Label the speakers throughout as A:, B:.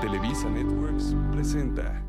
A: Televisa Networks presenta.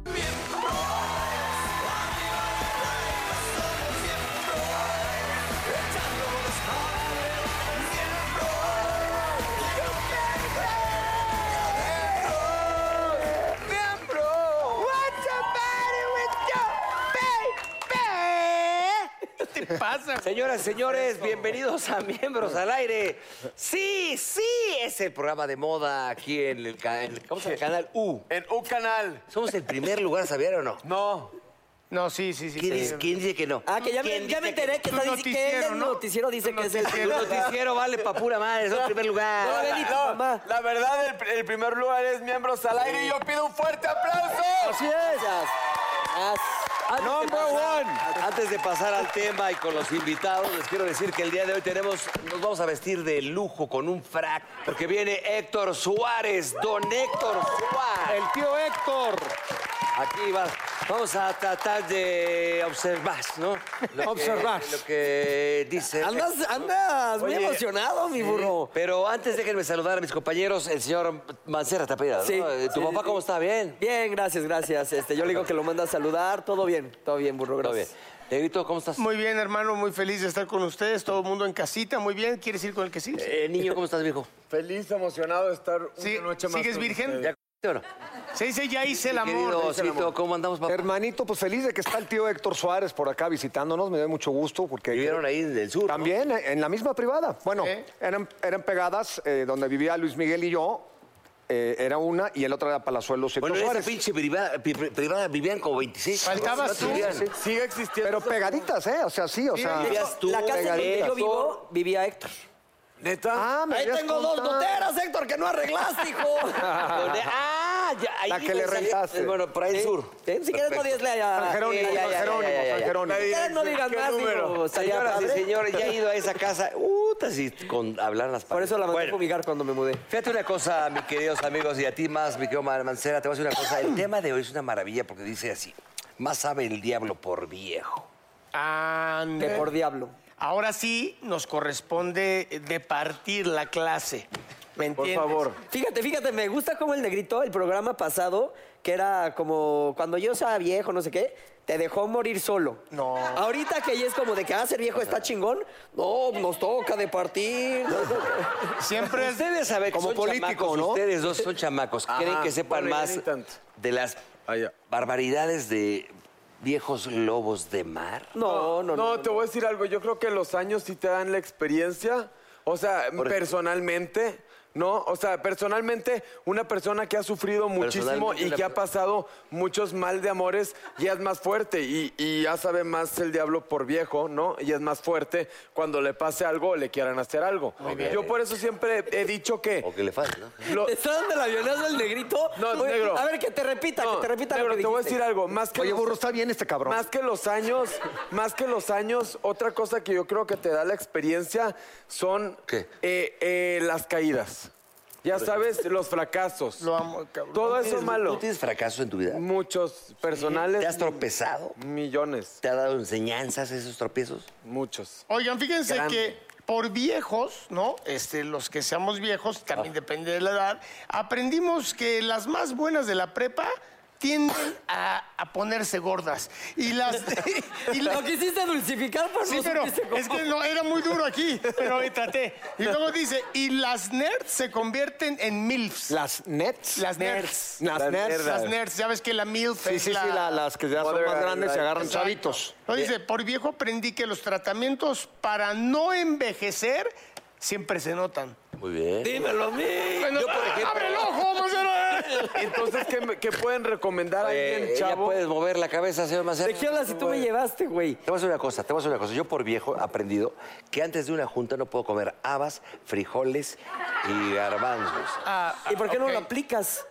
B: What's the matter with you, baby?
C: ¿Qué te pasa?
B: Señoras, señores, bienvenidos a Miembros al Aire. Sí, sí, es el programa de moda aquí en el, ca- en el- ¿cómo se llama? canal U.
C: En un canal.
B: ¿Somos el primer lugar, sabían o no?
C: No. No, sí, sí, sí.
B: ¿Quién
C: sí.
B: dice, quién dice que no?
D: Ah, que ya me,
B: ¿Quién
D: ya me
B: dice
D: enteré que,
C: Tu
D: está dic- que
C: noticiero,
D: él en el
C: ¿no?
D: noticiero dice
C: Tu
D: que es el
B: El noticiero vale pa' pura madre, es el primer lugar.
D: No, ven y-
C: No,
D: Mamá.
C: la verdad, el, el primer lugar es Miembros al Aire y yo pido un fuerte aplauso.
D: Así es.
B: Antes de pasar- Antes de pasar al tema y con los invitados, les quiero decir que el día de hoy tenemos, nos vamos a vestir de lujo con un frac, porque viene Héctor Suárez, don Héctor Suárez.
C: tío Héctor.
B: Aquí va- vamos a tratar de observar, ¿no? Lo que-
C: Observar.
B: lo que dice.
D: Andas, andas muy
B: Oye,
D: emocionado, mi burro.
B: Pero antes déjenme saludar a mis compañeros, el señor Mancera Tapera. ¿no?
D: Sí,
B: Eh, ¿Tu
D: sí,
B: papá
D: sí.
B: cómo está? ¿Bien?
D: Bien, gracias, gracias. Este, yo le digo que lo manda a saludar. Todo bien, todo bien, burro,
B: Todo bien.
D: gracias.
B: Dieguito, ¿cómo estás?
C: Muy bien, hermano, muy feliz de estar con ustedes. Todo el mundo en casita, muy bien. ¿Quieres ir con el que sí?
B: Eh, niño, ¿cómo estás, viejo?
E: Feliz, emocionado de estar una
C: Sí,
E: noche más.
C: ¿sigues
E: con
C: virgen?
E: ustedes.
B: ¿Ya comiste o no?
C: Se dice, ya hice el amor.
B: Querido
C: Dice el
B: Cito,
C: amor.
B: ¿cómo andamos, papá?
F: Hermanito, pues feliz de que está el tío Héctor Suárez por acá visitándonos, me da mucho gusto porque...
B: Vivieron ahí del sur. ¿no?
F: También eh, en la misma privada. Bueno,
C: ¿Eh?
F: eran, eran pegadas eh, donde vivía Luis Miguel y yo, eh, era una y el otro era Palazuelos y
B: Bueno, en esa
F: Suárez.
B: pinche privada, pri- pri- privada vivían como 26.
C: Faltabas
B: personas,
C: tú.
B: vivían.
F: Sí, sí.
E: Sigue existiendo.
F: Pero pegaditas, ¿eh? O sea, sí, o sea...
B: Vivías tú,
D: La casa en donde
B: pegaditas.
D: yo vivo vivía Héctor.
E: Neta.
F: Ah, me
D: Ahí
F: habías
D: tengo dos
F: contado.
D: goteras, Héctor, que no arreglaste, hijo.
B: Donde- Ah, ya, ahí
F: La que
B: viven,
F: le
B: salió-
F: rentaste.
B: eh, Bueno, por ahí
D: Sí,
B: sur.
D: sí, si quieres no digas ya.
F: San Jerónimo,
D: Sí, ya,
F: San
D: ya, ya,
F: Jerónimo,
D: ya, ya,
F: San
D: ya.
F: Jerónimo.
D: Si quieres no digas más, hijo. Estaría
B: Señoras y
D: padre.
B: señores, ya he ido a esa casa. Uh, si con hablar las
D: Por eso la mandé
B: Bueno,
D: a fumigar cuando me mudé.
B: Fíjate una cosa, mis queridos amigos, y a ti más, mi querido Mar- Mancera, te voy a decir una cosa. El tema de hoy es una maravilla porque dice así, más sabe el diablo por viejo.
D: Que
C: Ande.
D: por diablo.
C: Ahora sí nos corresponde departir la clase. ¿Me entiendes? Por favor.
D: Fíjate, fíjate, me gusta como el negrito, el programa pasado, que era como cuando yo estaba viejo, no sé qué, te dejó morir solo.
C: No.
D: Ahorita que ya es como de que, ah, ser viejo está chingón. No, nos toca de partir.
C: Siempre es
B: Ustedes saben que
F: Como
B: son
F: político,
B: chamacos,
F: ¿no?
B: Ustedes dos son chamacos.
E: Ajá.
B: ¿Creen que sepan
E: Bueno, ya
B: más
E: ni tanto.
B: de las
E: Ah, ya.
B: barbaridades de viejos lobos de mar?
D: No, no, no.
E: Ah, No, te voy a decir algo. Yo creo que los años sí te dan la experiencia. O sea, personalmente, ¿no? O sea, personalmente, una persona que ha sufrido muchísimo
B: Personalmente,
E: y
B: la-
E: que ha pasado muchos mal de amores, ya es más fuerte y, y ya sabe más el diablo por viejo, ¿no? Y es más fuerte cuando le pase algo o le quieran hacer algo. Yo por eso siempre he dicho que...
B: O que le falta, ¿no?
E: lo-
D: ¿Te está dando la avionazo el negrito?
E: No,
D: Oye,
E: negro.
D: A ver, que te repita,
E: No,
D: que te repita
E: negro,
D: lo que
E: te voy a
D: dijiste.
E: decir algo. Más que
F: Oye,
E: los-
F: burro, está bien este cabrón.
E: Más que los años, más que los años, otra cosa que yo creo que te da la experiencia son
B: ¿Qué?
E: eh, eh, las caídas. Ya sabes, los fracasos.
C: Lo amo, cabrón.
E: Todo eso es
B: ¿Tú
E: malo.
B: tienes fracasos en tu vida?
E: Muchos personales.
B: ¿Te has tropezado?
E: Millones,
B: ¿Te ha dado enseñanzas esos tropiezos?
E: muchos.
C: Oigan, fíjense
E: Grande.
C: que por viejos, ¿no? Este, los que
F: Ah.
C: seamos viejos, también depende de la edad, aprendimos que las más buenas de la prepa tienden a, a ponerse gordas. Y las. y las-
D: Lo quisiste dulcificar, pero
C: Sí,
D: no
C: pero
D: supiste cómo.
C: es que no, era muy duro aquí, pero hoy traté. Y luego dice, y las nerds se convierten en MILFs.
F: Las Nets.
C: Las nerds.
F: Las,
E: Las
F: Nets.
E: nerds.
C: Las nerds, ya ves que la MILF
F: Sí,
C: es
F: sí,
C: la...
F: sí, la- las que ya son
E: Mother
F: más
E: and
F: grandes se
E: like-
F: agarran
C: Exacto.
F: chavitos.
C: No, dice, por viejo aprendí que los tratamientos para no envejecer siempre se notan.
B: Muy bien.
C: Dímelo a mí.
B: Yo, por ejemplo-
C: ¡Abre el ojo, Monserrat!
E: Entonces, ¿qué, me- qué pueden recomendar a
B: Eh,
E: alguien,
B: ya
E: chavo?
B: puedes mover la cabeza, señor Macedo.
D: ¿De qué hablas si tú me llevaste, güey?
B: Te voy a decir una cosa, te voy a decir una cosa. Yo por viejo he aprendido que antes de una junta no puedo comer habas, frijoles y garbanzos.
C: ah,
D: ¿Y por qué no
C: ok.
D: lo aplicas?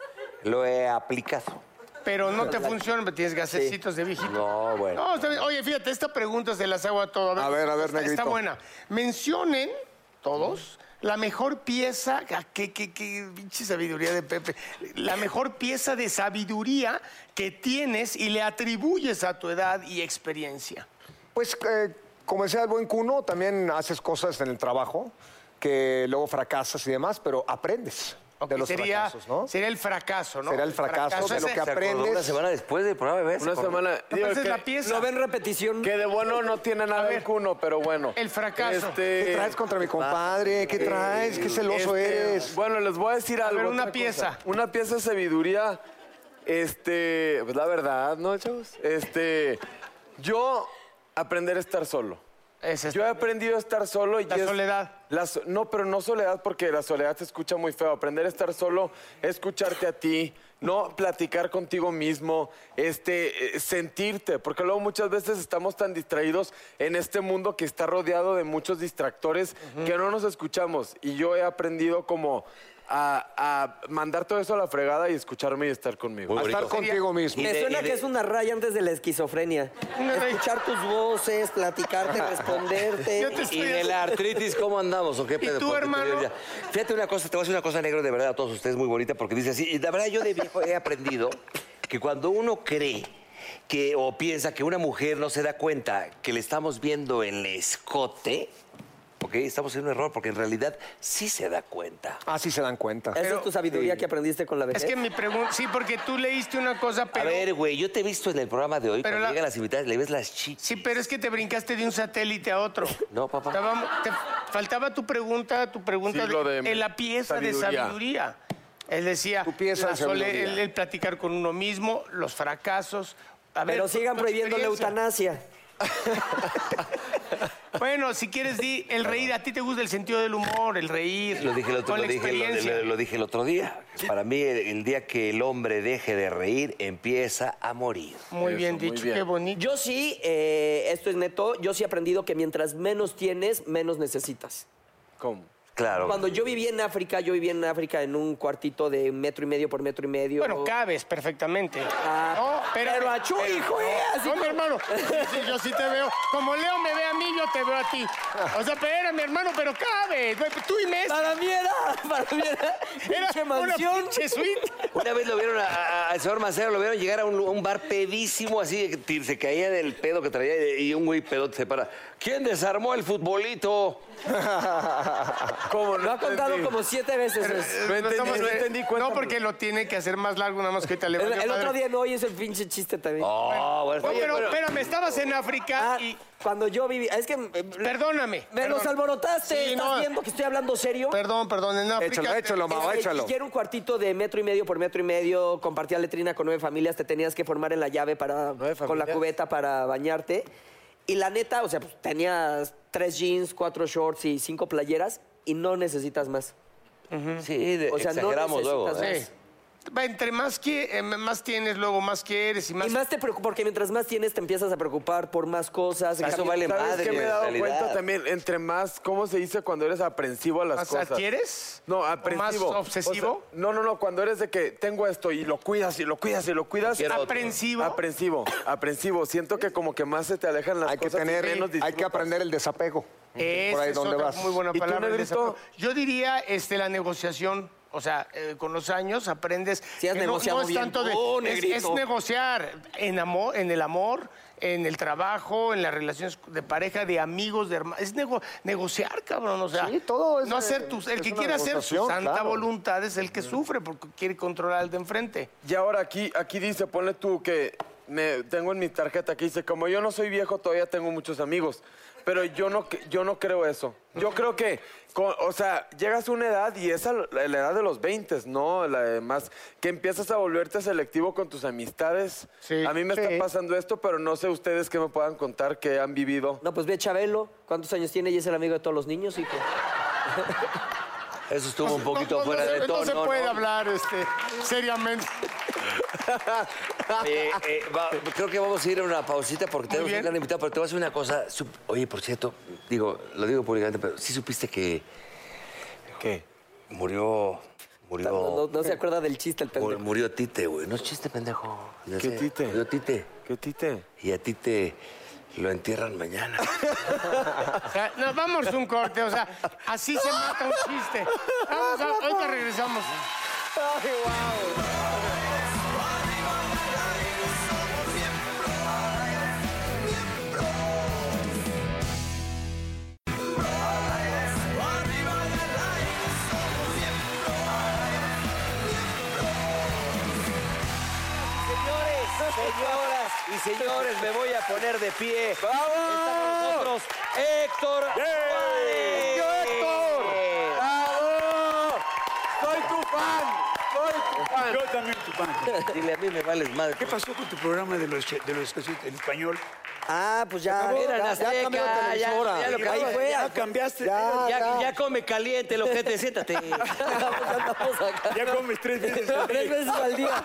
B: Lo he aplicado.
C: Pero no te funciona, pero tienes gasecitos de viejito.
B: No, bueno.
C: No, está bien. Oye, fíjate, esta pregunta se las hago a todos.
F: A ver, a ver,
C: está, está
F: negrito.
C: buena. Mencionen, todos, la mejor pieza... ah, ¿Qué, qué, qué pinche sabiduría de Pepe? La mejor pieza de sabiduría que tienes y le atribuyes a tu edad y experiencia.
F: Pues, eh, como decía el buen cuno, también haces cosas en el trabajo que luego fracasas y demás, pero aprendes
C: Ok,
F: de los
C: sería,
F: fracasos, ¿no?
C: Sería el fracaso, ¿no?
F: Será el fracaso de lo
C: es-
F: que
B: Se acordó
F: aprendes.
B: Una semana después del programa, ¿ves?
E: Una
B: Con-
E: semana.
C: No,
E: digo
C: pues es
E: que,
C: la pieza.
D: ¿Lo ven repetición?
E: que de bueno no tiene
C: A
E: nada
C: ver.
E: el cuno, pero bueno.
C: El fracaso.
B: Este,
F: ¿Qué traes contra mi compadre?
B: Eh,
F: ¿Qué traes? ¿Qué celoso
E: Este,
F: eres?
E: Bueno, les voy a decir algo.
C: ver, una
E: otra
C: pieza.
E: cosa. Una pieza de sabiduría. Este, pues la verdad, ¿no, chavos? Este, yo aprender a estar solo.
C: es esto.
E: Yo he aprendido a estar solo y
C: La
E: es-
C: soledad.
E: la so- no, pero no soledad porque la soledad se escucha muy feo. Aprender a estar solo, escucharte a ti, no platicar contigo mismo, este, eh, sentirte, porque luego muchas veces estamos tan distraídos en este mundo que está rodeado de muchos distractores que no nos escuchamos. Y yo he aprendido como a, a mandar todo eso a la fregada y escucharme y estar conmigo.
F: A estar contigo mismo.
D: Me
B: de-
D: suena
B: y de-
D: que es una raya antes de la esquizofrenia.
C: Una raya.
D: Escuchar tus voces, platicarte, responderte.
C: Yo te estoy
B: Y de la artritis, ¿cómo andamos? ¿O qué pedo?
C: tú,
B: Porque te
C: hermano?
B: digo ya. Fíjate una cosa, te voy a decir una cosa negro de verdad a todos ustedes muy bonita porque dice así. Y la verdad, yo de viejo he aprendido que cuando uno cree que o piensa que una mujer no se da cuenta que le estamos viendo el escote, ok, estamos en un error porque en realidad sí se da cuenta.
C: Ah,
F: Así se dan cuenta.
D: Esa es tu sabiduría que aprendiste con la vejez.
C: Es que mi pregunta, sí, porque tú leíste una cosa, pero...
B: a ver, güey, yo te he visto en el programa de hoy,
C: Pero
B: cuando
C: la-
B: llegan las invitadas, le ves las chichas.
C: Sí, pero es que te brincaste de un satélite a otro.
B: No, papá.
C: Estábamos- te faltaba tu pregunta, tu pregunta
E: Sí, lo de
C: en la pieza de
E: sabiduría.
C: sabiduría. Él decía,
F: Tu pieza
C: la
F: de
C: sole-
F: sabiduría.
C: el, el platicar con uno mismo, los fracasos. A ver,
D: Pero
C: tu-
D: sigan
C: tu
D: prohibiendo la
C: experiencia.
D: eutanasia.
C: Bueno, si quieres, di, el reír, a ti te gusta el sentido del humor, el reír.
B: Lo dije el otro,
C: con
B: lo
C: la
B: dije, el-
C: experiencia.
B: lo- lo dije el otro día. Para mí, el, el día que el hombre deje de reír, empieza a morir.
C: Muy bien
E: Eso, muy
C: dicho,
E: bien.
C: qué bonito.
D: Yo sí, eh, esto es neto, yo sí he aprendido que mientras menos tienes, menos necesitas.
E: ¿Cómo?
B: Claro.
D: Cuando yo viví en África, yo viví en África en un cuartito de metro y medio por metro y medio.
C: Bueno, cabes perfectamente.
D: Ah,
C: espérame.
D: pero achú, hijo, eh, así
C: No, mi
D: como-
C: hermano, sí, sí, yo sí te veo. Como Leo me ve a mí, yo te veo a ti. O sea, pero mi hermano, pero cabe. Tú y Messi.
D: Para mí era, para mí era, pinche
C: Era una
D: mansión.
C: pinche suite.
B: Una vez lo vieron a- a- al señor Mancero, lo vieron llegar a un, lu- un bar pedísimo, así que tir- se caía del pedo que traía y un güey pedote se para. ¿Quién desarmó el futbolito?
E: ¿Cómo? No
D: Lo ha contado
E: entendí.
D: como siete veces. eso.
E: No entendí,
C: estamos-
E: no entendí,
C: Eh, No,
E: cuéntamelo.
C: porque lo tiene que hacer más largo, nada más que ahorita le
D: El,
C: valió
D: el otro
C: madre.
D: día no hoy es el pinche chiste también.
B: Oh, bueno, está
C: Oye,
B: bien,
C: pero
B: bueno.
C: espérame, estabas en África
D: Ah,
C: y.
D: cuando yo viví, es que eh,
C: Perdóname.
D: me los
C: perdón.
D: alborotaste,
C: Sí,
D: estás
C: no.
D: viendo que estoy hablando serio.
C: Perdón, perdón, en África.
F: Échalo, échalo,
D: Es
F: Mao,
D: que
F: échalo.
D: eh, Era un cuartito de metro y medio por metro y medio, compartía letrina con nueve familias, te tenías que formar en la llave para,
E: ¿Nueve
D: con la
E: familias?
D: cubeta para bañarte. Y la neta, o sea, pues, tenías tres jeans, cuatro shorts y cinco playeras y no necesitas más.
B: Sí, de-
D: O sea, no
B: exageramos luego.
D: necesitas
B: ¿eh?
C: Sí. Va, Entre más, que, eh, más tienes, luego más quieres y más.
D: Y más te preocupa, porque mientras más tienes, te empiezas a preocupar por más cosas. En
B: Eso
D: cambio,
B: vale
E: ¿Sabes
B: madre,
E: qué me he dado
B: en
E: cuenta
B: realidad.
E: también? Entre más, ¿cómo se dice cuando eres aprensivo a las
C: O sea,
E: cosas?
C: ¿quieres?
E: No,
C: ¿O más
E: aprensivo.
C: obsesivo?
E: O sea, no, no, no, cuando eres de que tengo esto y lo cuidas y lo cuidas y lo cuidas.
B: Quiero otro.
C: Aprensivo.
E: Aprensivo, aprensivo. Siento que como que más se te alejan las
F: Hay que
E: cosas. y
F: tener,
E: menos
F: hay que
E: disfrutas.
F: aprender el desapego.
C: Esa
F: Por ahí
C: es
F: donde
C: otra
F: vas.
C: Muy buena
E: ¿Y tú,
C: palabra. el
E: Negrito?
C: desapego. Yo diría este, la negociación. O sea, eh, con los años aprendes.
D: Sí, has
C: que no,
D: negociado
C: no es
D: bien.
C: tanto de.
B: Oh,
C: es,
B: negrito.
C: es negociar en, amor, en el amor, en el trabajo, en las relaciones de pareja, de amigos, de hermanos. Es nego- negociar, cabrón. O sea,
F: Sí, todo es-
C: no hacer tus. El
F: es
C: que
F: una
C: quiere hacer su
F: negociación,
C: santa
F: claro.
C: voluntad es el que sufre porque quiere controlar al de enfrente.
E: Y ahora aquí, aquí dice, ponle tú que me, tengo en mi tarjeta que dice, como yo no soy viejo, todavía tengo muchos amigos. Pero yo no, cre- yo no creo eso. Yo creo que, co- o sea, llegas a una edad y es a la la edad de los 20, ¿no? La de más, que empiezas a volverte selectivo con tus amistades.
C: Sí.
E: a mí me
C: Sí.
E: está pasando esto, pero no sé ustedes qué me puedan contar que han vivido.
D: No, pues ve Chabelo, ¿cuántos años tiene y es el amigo de todos los niños? hijo?
B: Eso estuvo un poquito
C: No, no,
B: fuera
C: no,
B: de
C: no
B: tono.
C: se puede
B: ¿no?
C: hablar este, seriamente.
B: Eh, eh, va- creo que vamos a ir a una pausita porque tenemos
C: bien.
B: un gran invitado, pero te voy a hacer una cosa. Sup- Oye, por cierto, digo, lo digo públicamente, pero sí supiste que
E: ¿Qué?
B: murió. Murió.
D: No, no- no se acuerda del chiste el
B: mur-
D: pendejo.
B: murió Tite, güey. No es chiste, pendejo. Ya
E: ¿Qué
B: sé,
E: Tite?
B: Murió Tite.
E: ¿Qué tite?
B: Y a Tite lo entierran mañana.
C: O sea, nos vamos un corte, o sea, así se mata un chiste. Vamos, a- ahorita regresamos.
B: Señores, señoras y señores, me voy a poner de pie. ¡Vamos! Está con nosotros Héctor Suárez.
E: ¡Héctor! ¡Bravo! ¡Soy tu fan! ¡Soy tu fan!
G: Yo también, tu pan.
B: Dile, a mí me vales madre.
G: ¿Qué pasó con tu programa de los, che- de los casetes en español?
D: Ah, pues ya.
B: Era en
D: Ya, ya
B: Azteca,
D: cambió de
B: ya-
D: televisora.
B: ya lo
D: Ahí
B: cambió.
D: fue.
G: ya
D: acá-
G: cambiaste.
D: Ya,
B: Ya,
D: ya.
B: ya come caliente, lo que te siéntate.
D: Ya estamos acá.
G: Ya comes tres veces. al
D: Tres
G: día.
D: veces al día.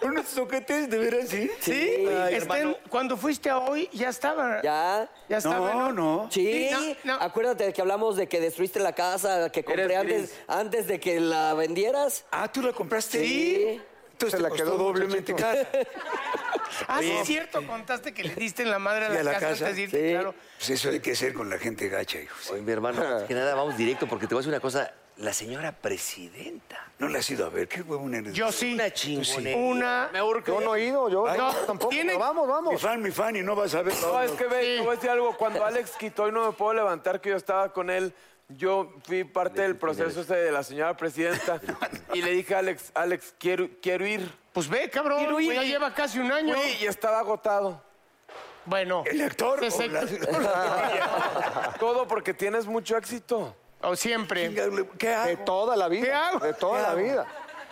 G: ¿Unos soquetes de veras, sí?
C: Sí,
B: Ay,
C: Estén-
B: hermano.
C: cuando fuiste a hoy, ya estaba. Ya,
D: Ya.
C: estaba.
G: No, no.
D: Sí,
C: Sí, no, no.
D: acuérdate de que hablamos de que destruiste la casa que compré
E: Eres
D: antes,
E: gris.
D: antes de que la vendieras.
G: Ah, ¿tú la compraste?
D: Sí.
G: Entonces
F: Se la
G: te costó
F: quedó el
G: doblemente
F: muchachito.
G: cara.
C: Ah, sí, es cierto, contaste que le diste en la madre a
G: ¿Y
C: la,
G: a la
C: casa,
G: casa?
C: antes de irte,
D: Sí.
C: claro.
G: Pues eso hay que hacer con la gente gacha, hijo. Ah.
B: Oye, mi hermano, antes que nada, vamos directo porque te voy a decir una cosa. La señora presidenta.
G: No la has ido a ver. ¿Qué huevón eres?
C: Yo sí.
B: Una chingonería.
C: Una.
F: Yo no he ido, yo
C: No,
F: tampoco.
C: tiene-
F: pero vamos,
G: Mi
F: vamos.
G: fan, mi fan, y no vas a ver.
E: No, es que ve, te voy a decir algo. Cuando Alex quitó y no me puedo levantar, que yo estaba con él, yo fui parte del proceso ese de la señora presidenta y le dije a Alex, Alex, quiero, quiero ir.
C: Pues ve, cabrón,
E: Quiero ir.
C: ya lleva casi un año.
E: Fui y estaba agotado.
C: Bueno.
G: ¿El actor
C: Se-
G: o
C: se-
G: la- o la-
E: Todo porque tienes mucho éxito.
C: O Oh, siempre.
G: ¿Qué
F: De
G: hago?
F: toda la
C: ¿Qué
F: vida.
C: hago?
F: De toda
C: ¿Qué
F: la
C: hago?
F: vida.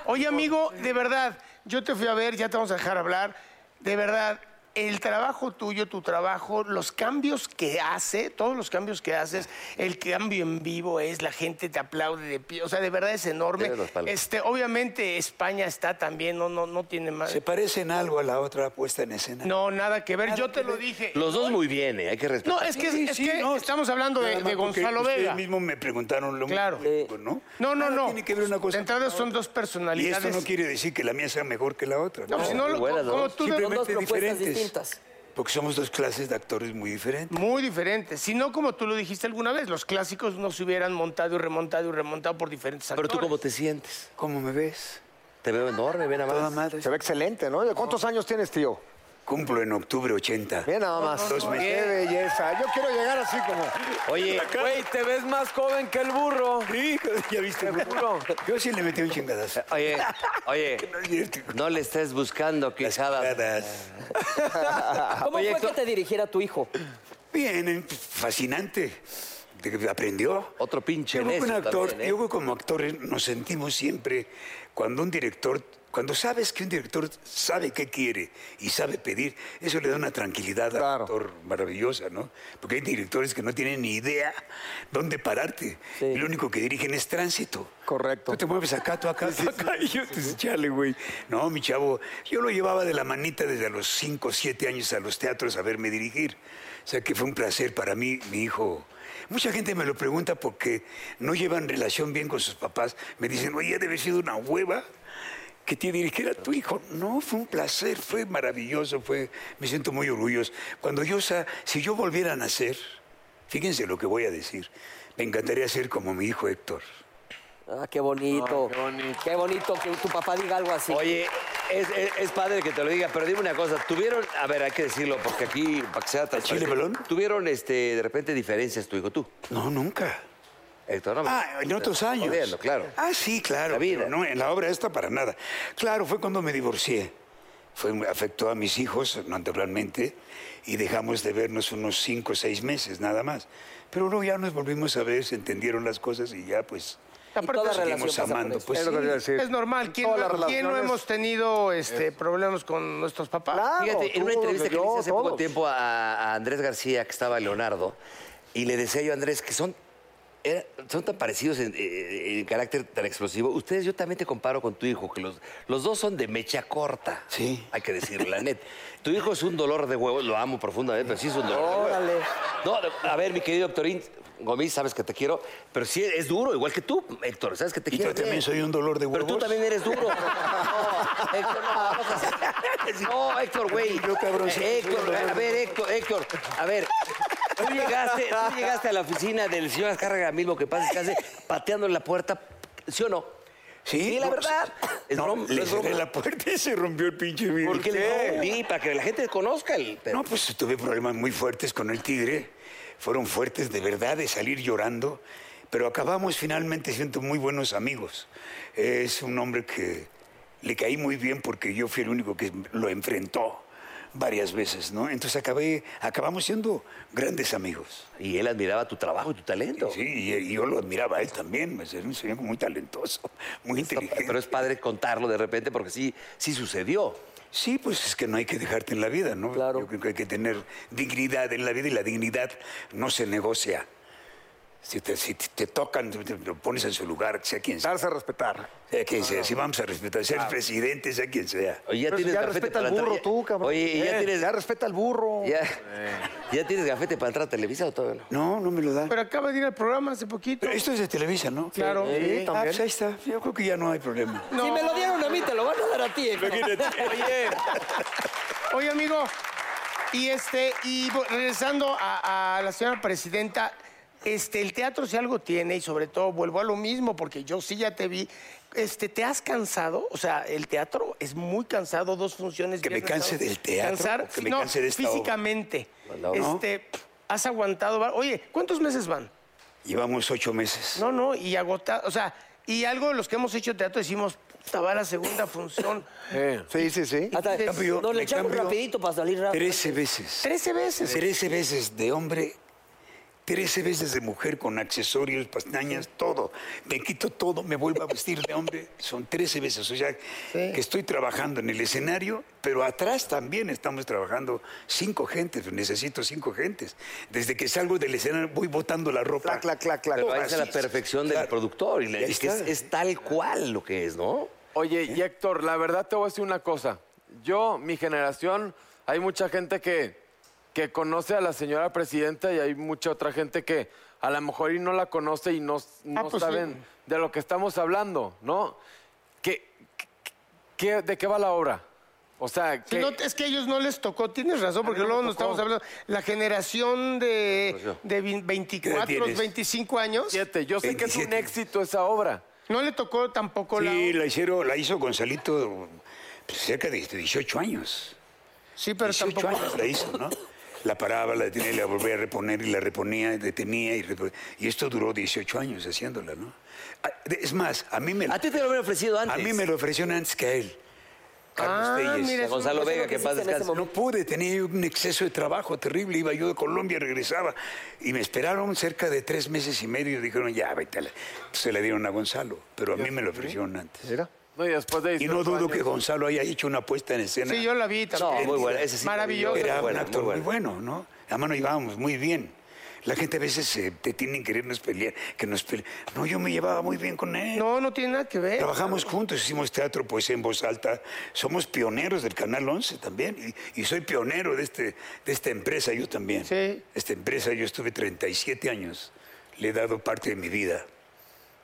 C: Oye, amigo, de verdad, yo te fui a ver, ya te vamos a dejar hablar. De verdad, el trabajo tuyo, tu trabajo, los cambios que hace, todos los cambios que haces, el cambio en vivo es, la gente te aplaude de pie, o sea, de verdad es enorme.
B: Tienes las palmas.
C: Este, obviamente España está también, no, no, no tiene más.
G: ¿Se parece en algo a la otra puesta en escena?
C: No, nada que ver,
G: Nada
C: yo te
G: que
C: lo
G: ver.
C: dije.
B: Los dos muy bien, ¿eh? hay que respetar.
C: No, es que,
G: Sí,
C: es
G: sí,
C: que
G: no.
C: estamos hablando de,
G: Nada más
C: de
G: porque
C: Gonzalo
G: ustedes
C: Vega.
G: mismos me preguntaron lo
C: Claro.
G: mismo, ¿no?
C: No, no,
G: Nada
C: no.
G: Tiene que ver una cosa.
C: De entrada
G: con la
C: son
G: otra.
C: dos personalidades.
G: Y esto no quiere decir que la mía sea mejor que la otra.
C: No, pues, no
B: muy
C: lo-
B: buenas,
C: como
B: dos.
C: tú de-
D: Son dos
G: Simplemente
D: propuestas
G: diferentes.
D: distintas.
G: Porque somos dos clases de actores muy diferentes.
C: Muy diferente. Si no, como tú lo dijiste alguna vez, los clásicos no se hubieran montado y remontado y remontado por diferentes
B: Pero
C: actores.
B: tú cómo te sientes.
G: ¿Cómo me ves?
B: Te veo enorme, ven a
G: Toda
B: más.
G: madre. Oh.
F: Se ve excelente, ¿no? ¿Cuántos años tienes, tío?
G: Cumplo en octubre 80.
F: Bien, nada más.
G: Dos meses.
F: Qué belleza. Yo quiero llegar así como.
B: Oye,
E: Güey, te ves más joven que el burro.
G: Sí, ya viste.
E: Te juro.
G: Yo sí le metí un chingadazo.
B: oye, oye,
G: No es cierto.
B: no le estés buscando
G: Las
B: quijadas.
G: chingadas.
D: ¿Cómo
B: Oye,
D: fue
B: Héctor-
D: que te dirigiera tu hijo?
G: Bien, eh, fascinante. De que aprendió.
B: Otro pinche
G: Yo creo que un
B: necio
G: actor,
B: también, ¿eh?
G: yo creo que como actores nos sentimos siempre cuando un director, cuando sabes que un director sabe qué quiere y sabe pedir, eso le da una tranquilidad al
F: Claro.
G: actor maravillosa, ¿no? Porque hay directores que no tienen ni idea dónde pararte. Y lo único que dirigen es tránsito.
F: Correcto.
G: Tú te mueves acá, tú acá, tú acá. Y yo te dices, chale, güey. No, mi chavo, yo lo llevaba de la manita desde los 5, 7 años a los teatros a verme dirigir. O sea que fue un placer para mí, mi hijo. Mucha gente me lo pregunta porque no llevan relación bien con sus papás. Me dicen, oye, debe haber sido una hueva que te dirigiera tu hijo. No, fue un placer, fue maravilloso, fue, me siento muy orgulloso. Cuando yo, sa- si yo volviera a nacer, fíjense lo que voy a decir, me encantaría ser como mi hijo Héctor.
D: Ah, qué bonito.
E: Ay, qué bonito.
D: Qué bonito que tu papá diga algo así.
B: Oye, es, es- es padre que te lo diga, pero dime una cosa. ¿Tuvieron, a ver, hay que decirlo, porque aquí, para que sea transparente,
G: chile pelón?
B: ¿Tuvieron este, de repente diferencias tu hijo tú?
G: No, nunca.
B: Héctor, no me-
G: Ah, en otros años.
B: Jodiendo, claro.
G: Ah, sí, claro.
B: La vida.
G: pero No, en la obra esta para nada. Claro, fue cuando me divorcié. Fue, afectó a mis hijos naturalmente y dejamos de vernos unos cinco o seis meses nada más. Pero luego ya nos volvimos a ver, se entendieron las cosas y ya pues
D: Y toda
C: Aparte,
D: relación
G: seguimos
D: pasa por
G: amando.
D: eso.
G: Pues,
F: es lo que
G: sí.
F: te iba a decir.
C: es normal. ¿Quién,
F: Todas
C: no-
F: las
C: quién no
F: relaciones-
C: hemos tenido este, problemas con nuestros papás?
F: Claro,
B: Fíjate, en una
F: tú,
B: entrevista que le hice hace poco
F: todos.
B: tiempo a, a Andrés García, que estaba en Leonardo, y le decía yo a Andrés que son, era- son tan parecidos en, eh, en carácter tan explosivo. Ustedes, yo también te comparo con tu hijo, que los, los dos son de mecha corta.
G: Sí.
B: Hay que decirlo, la neta. Tu hijo es un dolor de huevos, lo amo profundamente, pero sí es un dolor. de huevos.
D: Órale.
B: No, no, a ver, mi querido Doctorín Gomis, sabes que te quiero, pero sí es duro, igual que tú, Héctor, sabes que te
G: Y
B: quiero.
G: yo también
B: bien.
G: soy un dolor de
B: Pero tú
G: huevos.
B: también eres duro. No, Héctor, no, vamos a hacer- no, Héctor, güey.
G: Yo, cabrón, sí,
B: Eh, Héctor, a ver, Héctor, Héctor, a ver. Tú llegaste, tú llegaste a la oficina del señor Azcárraga mismo que pasa casi pateando en la puerta, ¿sí o no? Sí, la
G: no, pues,
B: verdad. Es
G: no,
B: broma,
G: le
B: es
G: cerré
B: broma.
G: la puerta y se rompió el pinche vidrio.
B: ¿Por qué le dijo? Sí, para que la gente conozca el.
G: No, pues tuve problemas muy fuertes con el tigre. Fueron fuertes de verdad de salir llorando, pero acabamos finalmente siendo muy buenos amigos. Es un hombre que le caí muy bien porque yo fui el único que lo enfrentó varias veces, ¿no? Entonces acabé, acabamos siendo grandes amigos.
B: Y él admiraba tu trabajo y tu talento.
G: Sí, y, y yo lo admiraba a él también, pues, era un señor muy talentoso, muy inteligente.
B: Pero es padre contarlo de repente porque sí, sí sucedió.
G: Sí, pues es que no hay que dejarte en la vida, ¿no?
D: Claro.
G: Yo creo que hay que tener dignidad en la vida y la dignidad no se negocia. Si te, si te- te tocan, te- te lo pones en su lugar, sea quien sea.
F: Darse a respetar.
G: Sea quien sea, si vamos a respetar, sea el presidente, sea quien sea.
B: Oye, ya
F: Pero
B: tienes
F: ya
B: gafete
F: respeta
B: para
F: al
B: entrar-
F: burro
B: ya-
F: tú, cabrón.
B: Oye, y ya
F: Eh,
B: tienes.
F: Ya respeta al burro.
B: Ya, ¿Ya tienes gafete para entrar a Televisa o todavía no?
G: No, no me lo da.
C: Pero acaba de ir al programa hace poquito.
G: Pero esto es de Televisa, ¿no?
C: Claro. Sí,
G: Sí, ah,
F: también.
G: pues ahí está. Yo creo que ya no hay problema.
D: Si me lo dieron a mí, te lo van a dar a ti. Héctor.
E: Oye,
C: Oye, amigo, y este, y vo- regresando a, a la señora presidenta, este, el teatro si algo tiene, y sobre todo vuelvo a lo mismo, porque yo sí ya te vi. Este, ¿te has cansado? O sea, el teatro es muy cansado, dos funciones.
G: ¿Que me
C: viernes,
G: canse
C: sábado.
G: del teatro
C: Cansar,
G: o que me
C: no,
G: canse de esta obra?
C: físicamente.
G: No.
C: Este, has aguantado. va- Oye, ¿cuántos meses van?
G: Llevamos ocho meses.
C: No, no, y agotado, o sea, y algo de los que hemos hecho teatro decimos, puta, va la segunda función.
F: Sí, sí, sí.
D: Eh. Hasta-
C: Me
G: cambio,
D: nos lo
G: me
D: echamos
G: cambio.
D: rapidito para salir rápido.
G: Trece veces.
C: Trece veces.
G: 13 veces de hombre, 13 veces de mujer con accesorios, pestañas, todo. Me quito todo, me vuelvo a vestir de hombre. Son 13 veces. O sea, que estoy trabajando en el escenario, pero atrás también estamos trabajando cinco gentes. Necesito cinco gentes. Desde que salgo del escenario voy botando la ropa.
F: Clac, clac, clac, clac.
B: Pero ahí
G: Así
B: está la
G: es.
B: perfección del
G: Claro.
B: productor. Y, la-
G: Ya
B: y que es,
G: está.
B: es tal cual lo que es, ¿no? ¿Eh?
E: Oye, y Héctor, la verdad te voy a decir una cosa. Yo, mi generación, hay mucha gente que, que conoce a la señora presidenta y hay mucha otra gente que a lo mejor y no la conoce y no, no
C: pues
E: saben
C: sí.
E: de lo que estamos hablando, ¿no? ¿Qué, qué- ¿De qué va la obra? O sea,
C: Sí,
E: ¿qué-
C: no, es que a ellos no les tocó, tienes razón, porque
E: A mí no
C: luego
E: me
C: nos
E: tocó.
C: estamos hablando, la generación de, de vi- 24,
G: tienes?
C: 25 años,
E: siete? Yo sé que es un
G: 27.
E: éxito esa obra.
C: no le tocó tampoco la...
G: Sí, la, hicieron, la hizo Gonzalito pues, cerca de 18 años.
C: Sí, pero
G: 18
C: tampoco...
G: años la hizo, ¿no? La paraba, la detenía y la volvía a reponer y la reponía y detenía y reponía. Y esto duró 18 años haciéndola, ¿no? Ah, de- Es más, a mí me,
B: A ti te lo habían ofrecido antes.
G: a mí me lo ofrecieron antes que a él. Carlos
C: Ah,
G: Telles.
C: mira, es un-
B: Gonzalo Vega, que en paz
D: hiciste en ese
B: descanse.
G: No pude, tenía yo un exceso de trabajo terrible. Iba yo de Colombia, regresaba. Y me esperaron cerca de tres meses y medio. Dijeron, ya, vete. a la-". Se le dieron a Gonzalo, pero a mí me lo ofrecieron antes.
F: Mira.
E: No, y después de
G: Y no
E: 18
G: dudo
E: años.
G: que Gonzalo haya hecho una puesta en escena.
C: Sí, yo la vi también.
B: muy buena, ese sí la vi.
C: Maravilloso.
B: Era
G: Era
B: Bueno,
G: un actor
B: muy
G: muy bueno, ¿no? Además nos llevábamos muy bien. La gente a veces eh, te tienen que querernos pelear, que nos pele- No, yo me llevaba muy bien con él.
C: No, ¿eh? no tiene nada que ver.
G: Trabajamos juntos, hicimos teatro, poesía en voz alta. Somos pioneros del Canal 11 también. Y, y soy pionero de, este, de esta empresa, yo también.
C: Sí.
G: Esta empresa, yo estuve 37 años. Le he dado parte de mi vida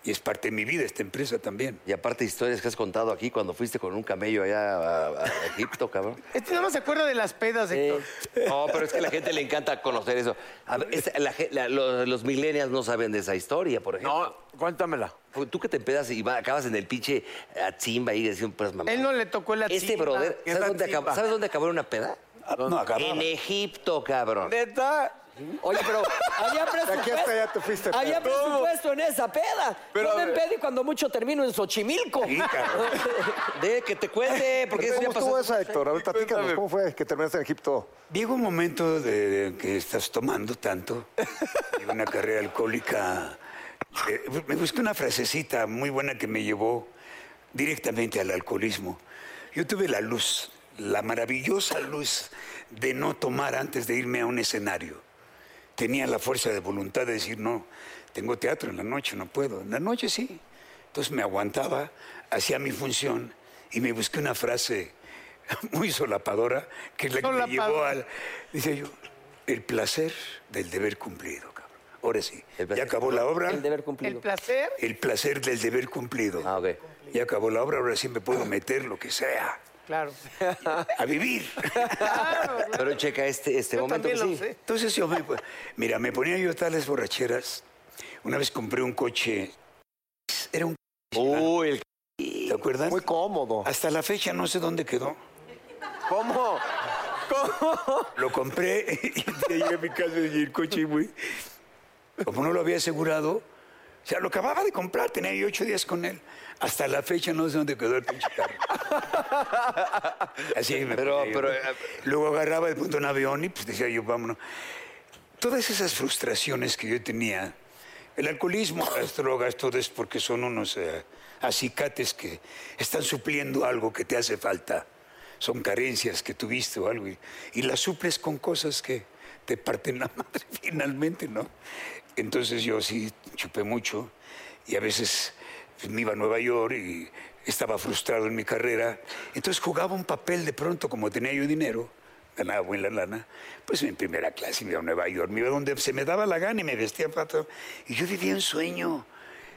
G: Y es parte de mi vida esta empresa también.
B: Y aparte historias que has contado aquí cuando fuiste con un camello allá a, a Egipto, cabrón.
C: Este nada más se acuerda de las pedas, Héctor.
B: No, pero es que a la gente le encanta conocer eso. A ver, esta- la ge- la- los, los millennials no saben de esa historia, por ejemplo.
E: No, cuéntamela.
B: Tú que te empedas y va- acabas en el pinche eh, Atzimba y diciendo, pues mamá.
C: Él no le tocó la
B: Este
C: chimba.
B: brother,
E: ¿Qué es
B: ¿sabes dónde,
E: Atzimba?
B: acabó, ¿sabes dónde acabó en una peda?
G: Ah, No, acababa.
B: En Egipto, cabrón.
E: Neta.
D: Oye, pero había presupuesto.
F: aquí hasta allá te fuiste,
D: Había
F: Pedro.
D: presupuesto en esa peda.
E: Pero,
D: Yo
E: a
D: me
E: ver.
D: empedo y cuando mucho termino en Xochimilco.
G: Sí, cabrón.
B: De que te cuente, Eh, porque eso ya
F: ¿Cómo estuvo
B: pasó.
F: esa, Héctor? Ahorita platícanos,
E: Cuéntame.
F: ¿cómo fue que terminaste en Egipto?
G: Llega un momento de que estás tomando tanto, llega una carrera alcohólica. Eh, Me busqué una frasecita muy buena que me llevó directamente al alcoholismo. Yo tuve la luz, la maravillosa luz de no tomar antes de irme a un escenario. Tenía la fuerza de voluntad de decir, no, tengo teatro en la noche, no puedo. En la noche sí. Entonces me aguantaba, hacía mi función y me busqué una frase muy solapadora que es la que me llevó
C: Solapadora.
G: al... Dice yo, el placer del deber cumplido, cabrón. Ahora sí,
B: El
G: ya
B: placer-
G: acabó la obra.
D: El deber
C: El
D: cumplido.
C: placer.
G: El placer del deber cumplido.
B: Ah, ok.
G: Ya acabó la obra, ahora sí me puedo meter lo que sea.
C: Claro.
G: A vivir.
B: Pero checa este, este
C: Yo
B: momento que
C: también lo
B: sí.
C: sé.
G: Entonces yo me... pues, Mira, me ponía yo tales borracheras. Una vez compré un coche. Era un...
B: Uy, el
G: ¿Te acuerdas?
F: Muy cómodo.
G: Hasta la fecha no sé dónde quedó.
E: ¿Cómo?
G: Lo compré y llegué a mi casa y el coche, güey. Como no lo había asegurado, o sea, lo acababa de comprar, tenía yo ocho días con él. Hasta la fecha no sé dónde quedó el pinche carro. Así me
B: Pero-
G: ponía yo.
B: pero, eh,
G: Luego agarraba de punto un avión y pues decía yo, vámonos. Todas esas frustraciones que yo tenía, el alcoholismo, las drogas, todo es porque son unos eh, acicates que están supliendo algo que te hace falta. Son carencias que tuviste o algo y, y las suples con cosas que te parten la madre finalmente, ¿no? Entonces yo sí chupé mucho y a veces pues, me iba a Nueva York y estaba frustrado en mi carrera. Entonces jugaba un papel de pronto, como tenía yo dinero, ganaba buena lana, pues en primera clase me iba a Nueva York, me iba donde se me daba la gana y me vestía para todo. Y yo vivía un sueño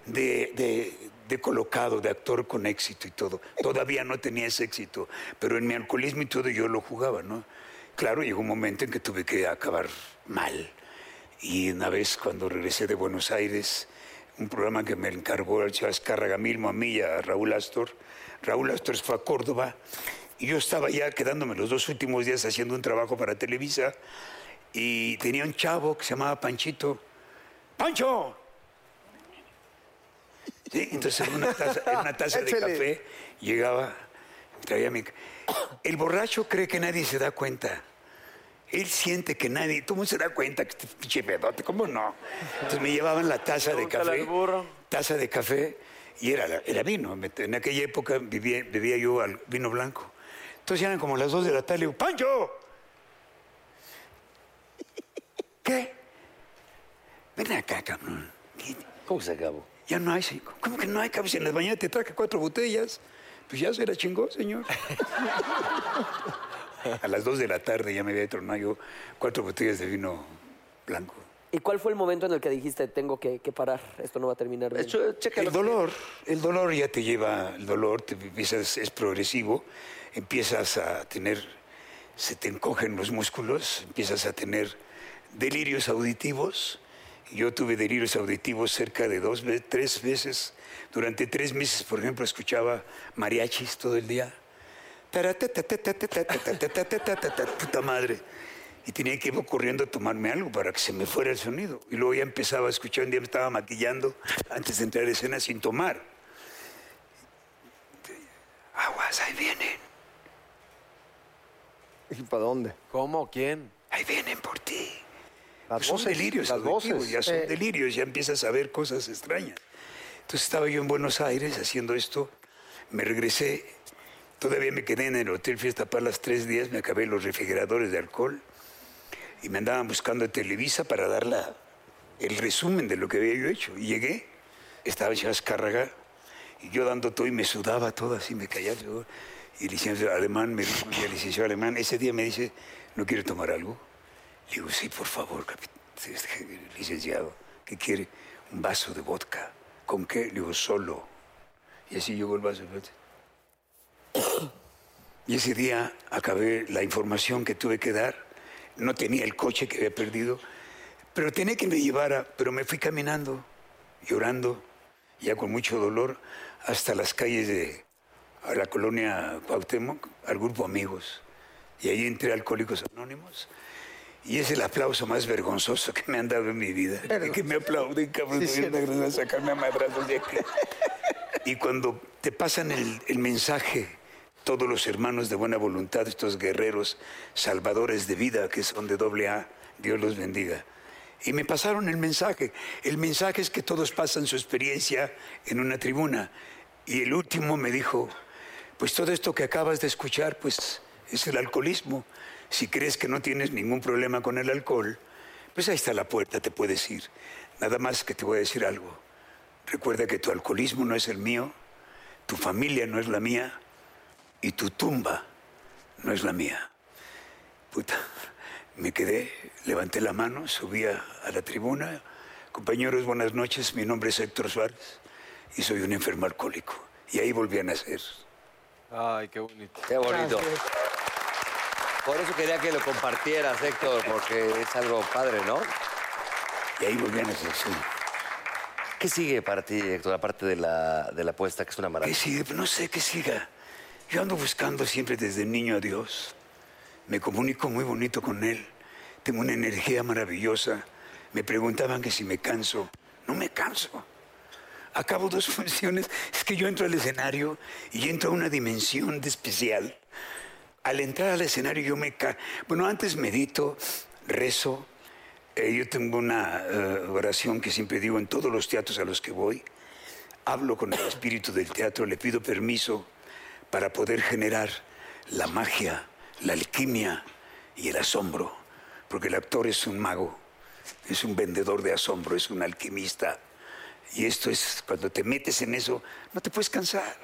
G: de, de- de colocado, de actor con éxito y todo. Todavía no tenía ese éxito, pero en mi alcoholismo y todo yo lo jugaba, ¿no? Claro, llegó un momento en que tuve que acabar mal. Y una vez cuando regresé de Buenos Aires, un programa que me encargó el Charles Cárraga mismo a mí y a Raúl Astor, Raúl Astor fue a Córdoba y yo estaba ya quedándome los dos últimos días haciendo un trabajo para Televisa y tenía un chavo que se llamaba Panchito. ¡Pancho! Sí, entonces en una taza, en una taza de
F: Échale.
G: café llegaba, traía mi... El borracho cree que nadie se da cuenta. Él siente que nadie, todo el mundo se da cuenta que este pinche pedote, ¿cómo no? Entonces me llevaban la taza de
E: Pregúntale
G: café,
E: al burro.
G: taza de café, y era, la- era vino. Me- En aquella época vivía, bebía yo al vino blanco. Entonces eran como las dos de la tarde, le digo, ¡Pancho! ¿Qué? Ven acá, cabrón. ¿Qué-
B: ¿Cómo se acabó?
G: Ya no hay, señor. ¿Cómo que no hay, cabrón? Si En las mañanas te traje cuatro botellas. Pues ya se la chingó, señor. A las dos de la tarde ya me había tronado yo cuatro botellas de vino blanco.
D: ¿Y cuál fue el momento en el que dijiste, tengo que, que parar, esto no va a terminar bien?
B: Eso, checa
G: El
B: lo-
G: dolor, el dolor ya te lleva, el dolor te empiezas, es progresivo, empiezas a tener, se te encogen los músculos, empiezas a tener delirios auditivos. Yo tuve delirios auditivos cerca de dos, ve- tres veces. Durante tres meses, por ejemplo, escuchaba mariachis todo el día. Puta madre. Y tenía que ir corriendo a tomarme algo para que se me fuera el sonido. Y luego ya empezaba a escuchar, un día me estaba maquillando antes de entrar a escena sin tomar. Aguas, ahí vienen,
F: ¿Y para dónde?
E: ¿Cómo? ¿Quién?
G: ahí vienen por ti.
F: Las
G: Pues son
F: voces,
G: delirios
F: las
G: auditivos,
F: voces.
G: ya son delirios, ya empiezas a ver cosas extrañas. Entonces estaba yo en Buenos Aires haciendo esto, me regresé, todavía me quedé en el Hotel Fiesta para las tres días, me acabé los refrigeradores de alcohol y me andaban buscando a Televisa para dar la- el resumen de lo que había yo hecho. Y llegué, estaba Chávez Cárraga y yo dando todo y me sudaba todo así, me caía. todo. Y el licenciado alemán me dijo, y el licenciado alemán ese día me dice, ¿no quiere tomar algo? Le digo, este sí, por favor, capit- licenciado, ¿qué quiere? Un vaso de vodka. ¿Con qué? Le digo, solo. Y así llegó el vaso. fíjate. Y ese día acabé la información que tuve que dar. No tenía el coche que había perdido, pero tenía que me llevara. Pero me fui caminando, llorando, ya con mucho dolor, hasta las calles de a la colonia Cuauhtémoc, al grupo Amigos. Y ahí entré a Alcohólicos Anónimos. Y es el aplauso más vergonzoso que me han dado en mi vida. Que me aplauden, cabrón. me vienen a sacarme a madrazos de aquí. Y cuando te pasan el, el mensaje, todos los hermanos de buena voluntad, estos guerreros salvadores de vida que son de doble A, Dios los bendiga. Y me pasaron el mensaje. El mensaje es que todos pasan su experiencia en una tribuna. Y el último me dijo, pues todo esto que acabas de escuchar, pues es el alcoholismo. Si crees que no tienes ningún problema con el alcohol, pues ahí está la puerta, te puedes ir. Nada más que te voy a decir algo. Recuerda que tu alcoholismo no es el mío, tu familia no es la mía y tu tumba no es la mía. Puta, me quedé, levanté la mano, subí a, a la tribuna. Compañeros, buenas noches, mi nombre es Héctor Suárez y soy un enfermo alcohólico. Y ahí volví a nacer.
E: Ay, qué bonito.
B: Qué bonito. Por eso quería que lo compartieras, Héctor, porque es algo padre, ¿no?
G: Y ahí volví a nacer, sí.
B: ¿Qué sigue para ti, Héctor, aparte de la, de la apuesta, que es una
G: Que
B: maravilla?
G: sigue, no sé qué siga. Yo ando buscando siempre desde niño a Dios. Me comunico muy bonito con Él. Tengo una energía maravillosa. Me preguntaban que si me canso. No me canso. Acabo dos funciones. Es que yo entro al escenario y entro a una dimensión de especial. Al entrar al escenario yo me... ca- Bueno, antes medito, rezo. Eh, yo tengo una eh, oración que siempre digo en todos los teatros a los que voy hablo con el espíritu del teatro, le pido permiso para poder generar la magia, la alquimia y el asombro, porque el actor es un mago, es un vendedor de asombro, es un alquimista. Y esto es, cuando te metes en eso, no te puedes cansar.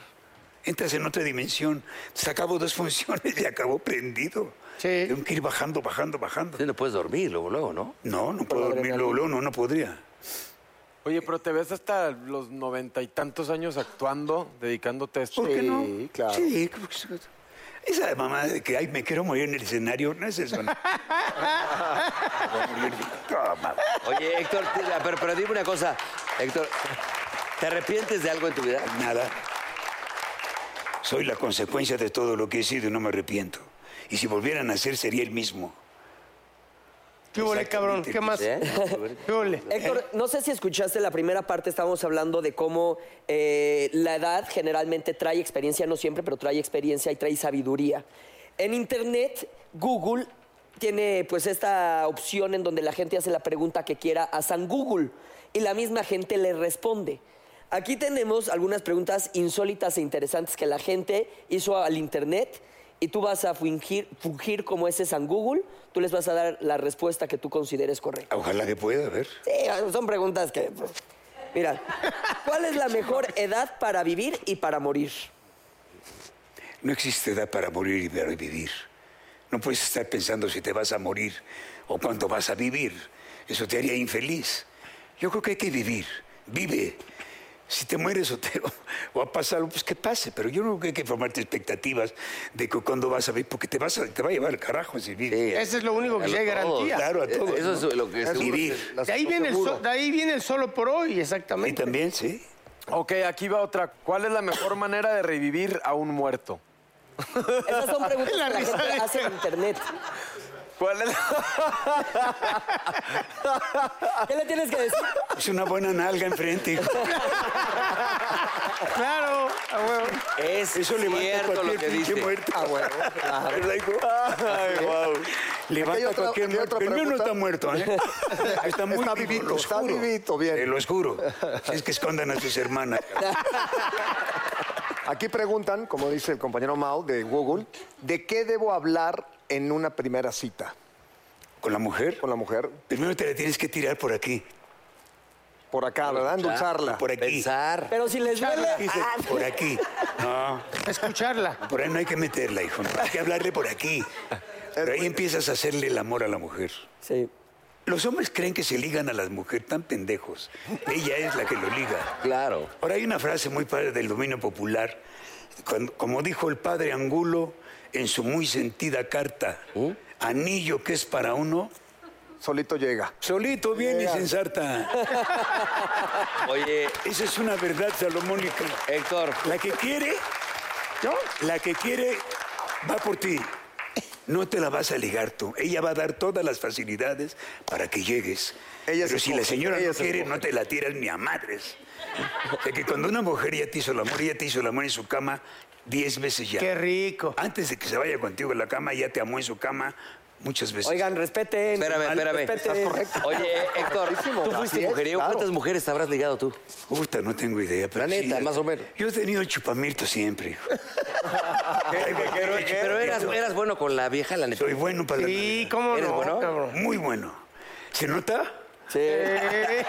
G: Entras en otra dimensión. Se acabó dos funciones y acabó prendido.
C: Sí.
G: Tengo que ir bajando, bajando, bajando.
B: Sí, no puedes dormir luego, luego, ¿no?
G: No, no puedo dormir. Luego, luego no, no podría.
E: Oye, pero te ves hasta los noventa y tantos años actuando, dedicándote a este esto.
G: ¿Por qué no?
C: Sí, claro.
G: Sí, ¿cómo que se- esa mamá de que ay, me quiero morir en el escenario, no es eso. ¿no? No, mamá.
B: Oye, Héctor, te- la- pero, pero dime una cosa. Héctor, ¿te arrepientes de algo en tu vida?
G: Nada. Soy la consecuencia de todo lo que he sido y no me arrepiento. Y si volviera a nacer sería el mismo.
C: ¿Qué huele, cabrón? ¿Qué más?
B: ¿Eh?
C: ¿Qué huele?
D: Héctor, no sé si escuchaste la primera parte, estábamos hablando de cómo eh, la edad generalmente trae experiencia, no siempre, pero trae experiencia y trae sabiduría. En Internet, Google tiene pues esta opción en donde la gente hace la pregunta que quiera a San Google y la misma gente le responde. Aquí tenemos algunas preguntas insólitas e interesantes que la gente hizo al Internet y tú vas a fungir, fungir como ese San Google, tú les vas a dar la respuesta que tú consideres correcta.
G: Ojalá que pueda, a ver.
D: Sí, son preguntas que. pues, mira, ¿cuál es la mejor edad para vivir y para morir?
G: No existe edad para morir y para vivir. No puedes estar pensando si te vas a morir o cuándo vas a vivir. Eso te haría infeliz. Yo creo que hay que vivir. Vive. Si te mueres o, te, o ha pasado, pues que pase. Pero yo no creo que hay que formarte expectativas de que cuándo vas a vivir, porque te, vas a- te va a llevar al carajo si vives.
C: Ese es lo único que sí hay garantía.
G: Claro, a todos.
B: Eso es lo que
G: es
B: seguro
G: vivir.
C: De ahí, viene el so- de ahí viene el solo por hoy, exactamente.
G: Y también, sí.
E: Ok, aquí va otra. ¿Cuál es la mejor manera de revivir a un muerto?
D: Esas son preguntas que la gente hace en internet.
E: ¿Cuál es la...
D: ¿Qué le tienes que decir?
G: Es una buena nalga enfrente. hijo.
C: Claro, a huevo.
B: Es
G: Eso levanta
B: cierto lo
G: cualquier
B: que
G: pinche
B: dice.
G: muerto.
F: Ah, bueno.
G: ¿Verdad, hijo? Ay, guau.
F: Aquí
G: Levanta
F: hay otra-
G: cualquier
F: aquí hay
G: muerto.
F: otra
G: El mío no
F: pregunta.
G: está muerto, ¿eh? Está muy
F: Está
G: vivo,
F: vivito,
G: los
F: está
G: juro.
F: vivito, bien.
G: Te los juro. Si Eh, es que escondan a sus hermanas. cabrón.
F: Aquí preguntan, como dice el compañero Mao de Google, ¿de qué debo hablar en una primera cita
G: ¿Con la mujer?
F: con la mujer?
G: Primero te la tienes que tirar por aquí.
F: Por acá, ¿verdad? Endulzarla.
G: Ah, Por aquí.
B: Pensar.
D: Pero si les duele.
G: Dice,
D: ah,
G: Por aquí. No,
C: Escucharla.
G: por ahí no hay que meterla, hijo. Hay que hablarle por aquí. Pero ahí empiezas a hacerle el amor a la mujer.
D: Sí.
G: Los hombres creen que se ligan a las mujeres tan pendejos. Ella es la que lo liga.
B: Claro.
G: Ahora hay una frase muy padre del dominio popular. cuando- como dijo el padre Angulo en su muy sentida carta,
B: ¿Mm?
G: anillo que es para uno,
F: Solito llega.
G: solito viene y se ensarta.
B: Oye,
G: Esa es una verdad salomónica.
B: Héctor,
G: La que quiere,
C: ¿Yo?
G: la que quiere va por ti. No te la vas a ligar tú. Ella va a dar todas las facilidades para que llegues.
F: Ella se
G: Pero si la
F: escoge,
G: señora
F: ella
G: no
F: se
G: quiere,
F: escoge.
G: no te la tiras ni a madres. De que cuando una mujer ya te hizo el amor, ya te hizo el amor en su cama diez veces ya.
C: Qué rico.
G: Antes de que se vaya contigo a la cama, ya te amó en su cama muchas veces.
D: Oigan, respeten.
B: Pues, espérame, espérame.
D: respeten.
B: Oye, Héctor, tú fuiste
F: Así es,
B: mujeriego.
F: claro.
B: ¿Cuántas mujeres te habrás ligado tú?
G: Puta, no tengo idea. Pero
B: La neta, más o menos.
G: Yo he tenido chupamilto siempre, hijo. Ay, güey,
B: Pero,
G: qué
B: pero eras,
G: chupamilto.
B: eras bueno con la vieja, la neta.
G: Soy bueno para la
C: Sí, cómo
B: ¿Eres
C: no,
B: bueno?
C: cabrón.
G: Muy bueno. ¿Se nota?
C: Eh,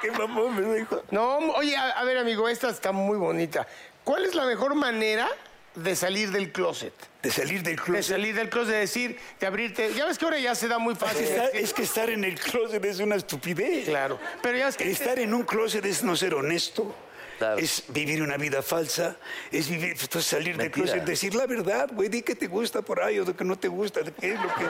G: Qué mamón me dijo.
C: no, oye, a, a ver, amigo, esta está muy bonita. ¿Cuál es la mejor manera de salir del closet?
G: De salir del
C: De
G: closet.
C: salir del closet, de decir, de abrirte. Ya ves que ahora ya se da muy
G: Es que
C: fácil.
G: estar-
C: decir-
G: es que estar en el closet es una estupidez.
C: Claro. Pero ya es que.
G: Estar en un closet es no ser honesto.
B: Claro.
G: Es vivir una vida falsa, es vivir, entonces salir del
B: Mentira.
G: closet, decir la verdad, güey, di que te gusta por ahí o de que no te gusta, de qué es lo que,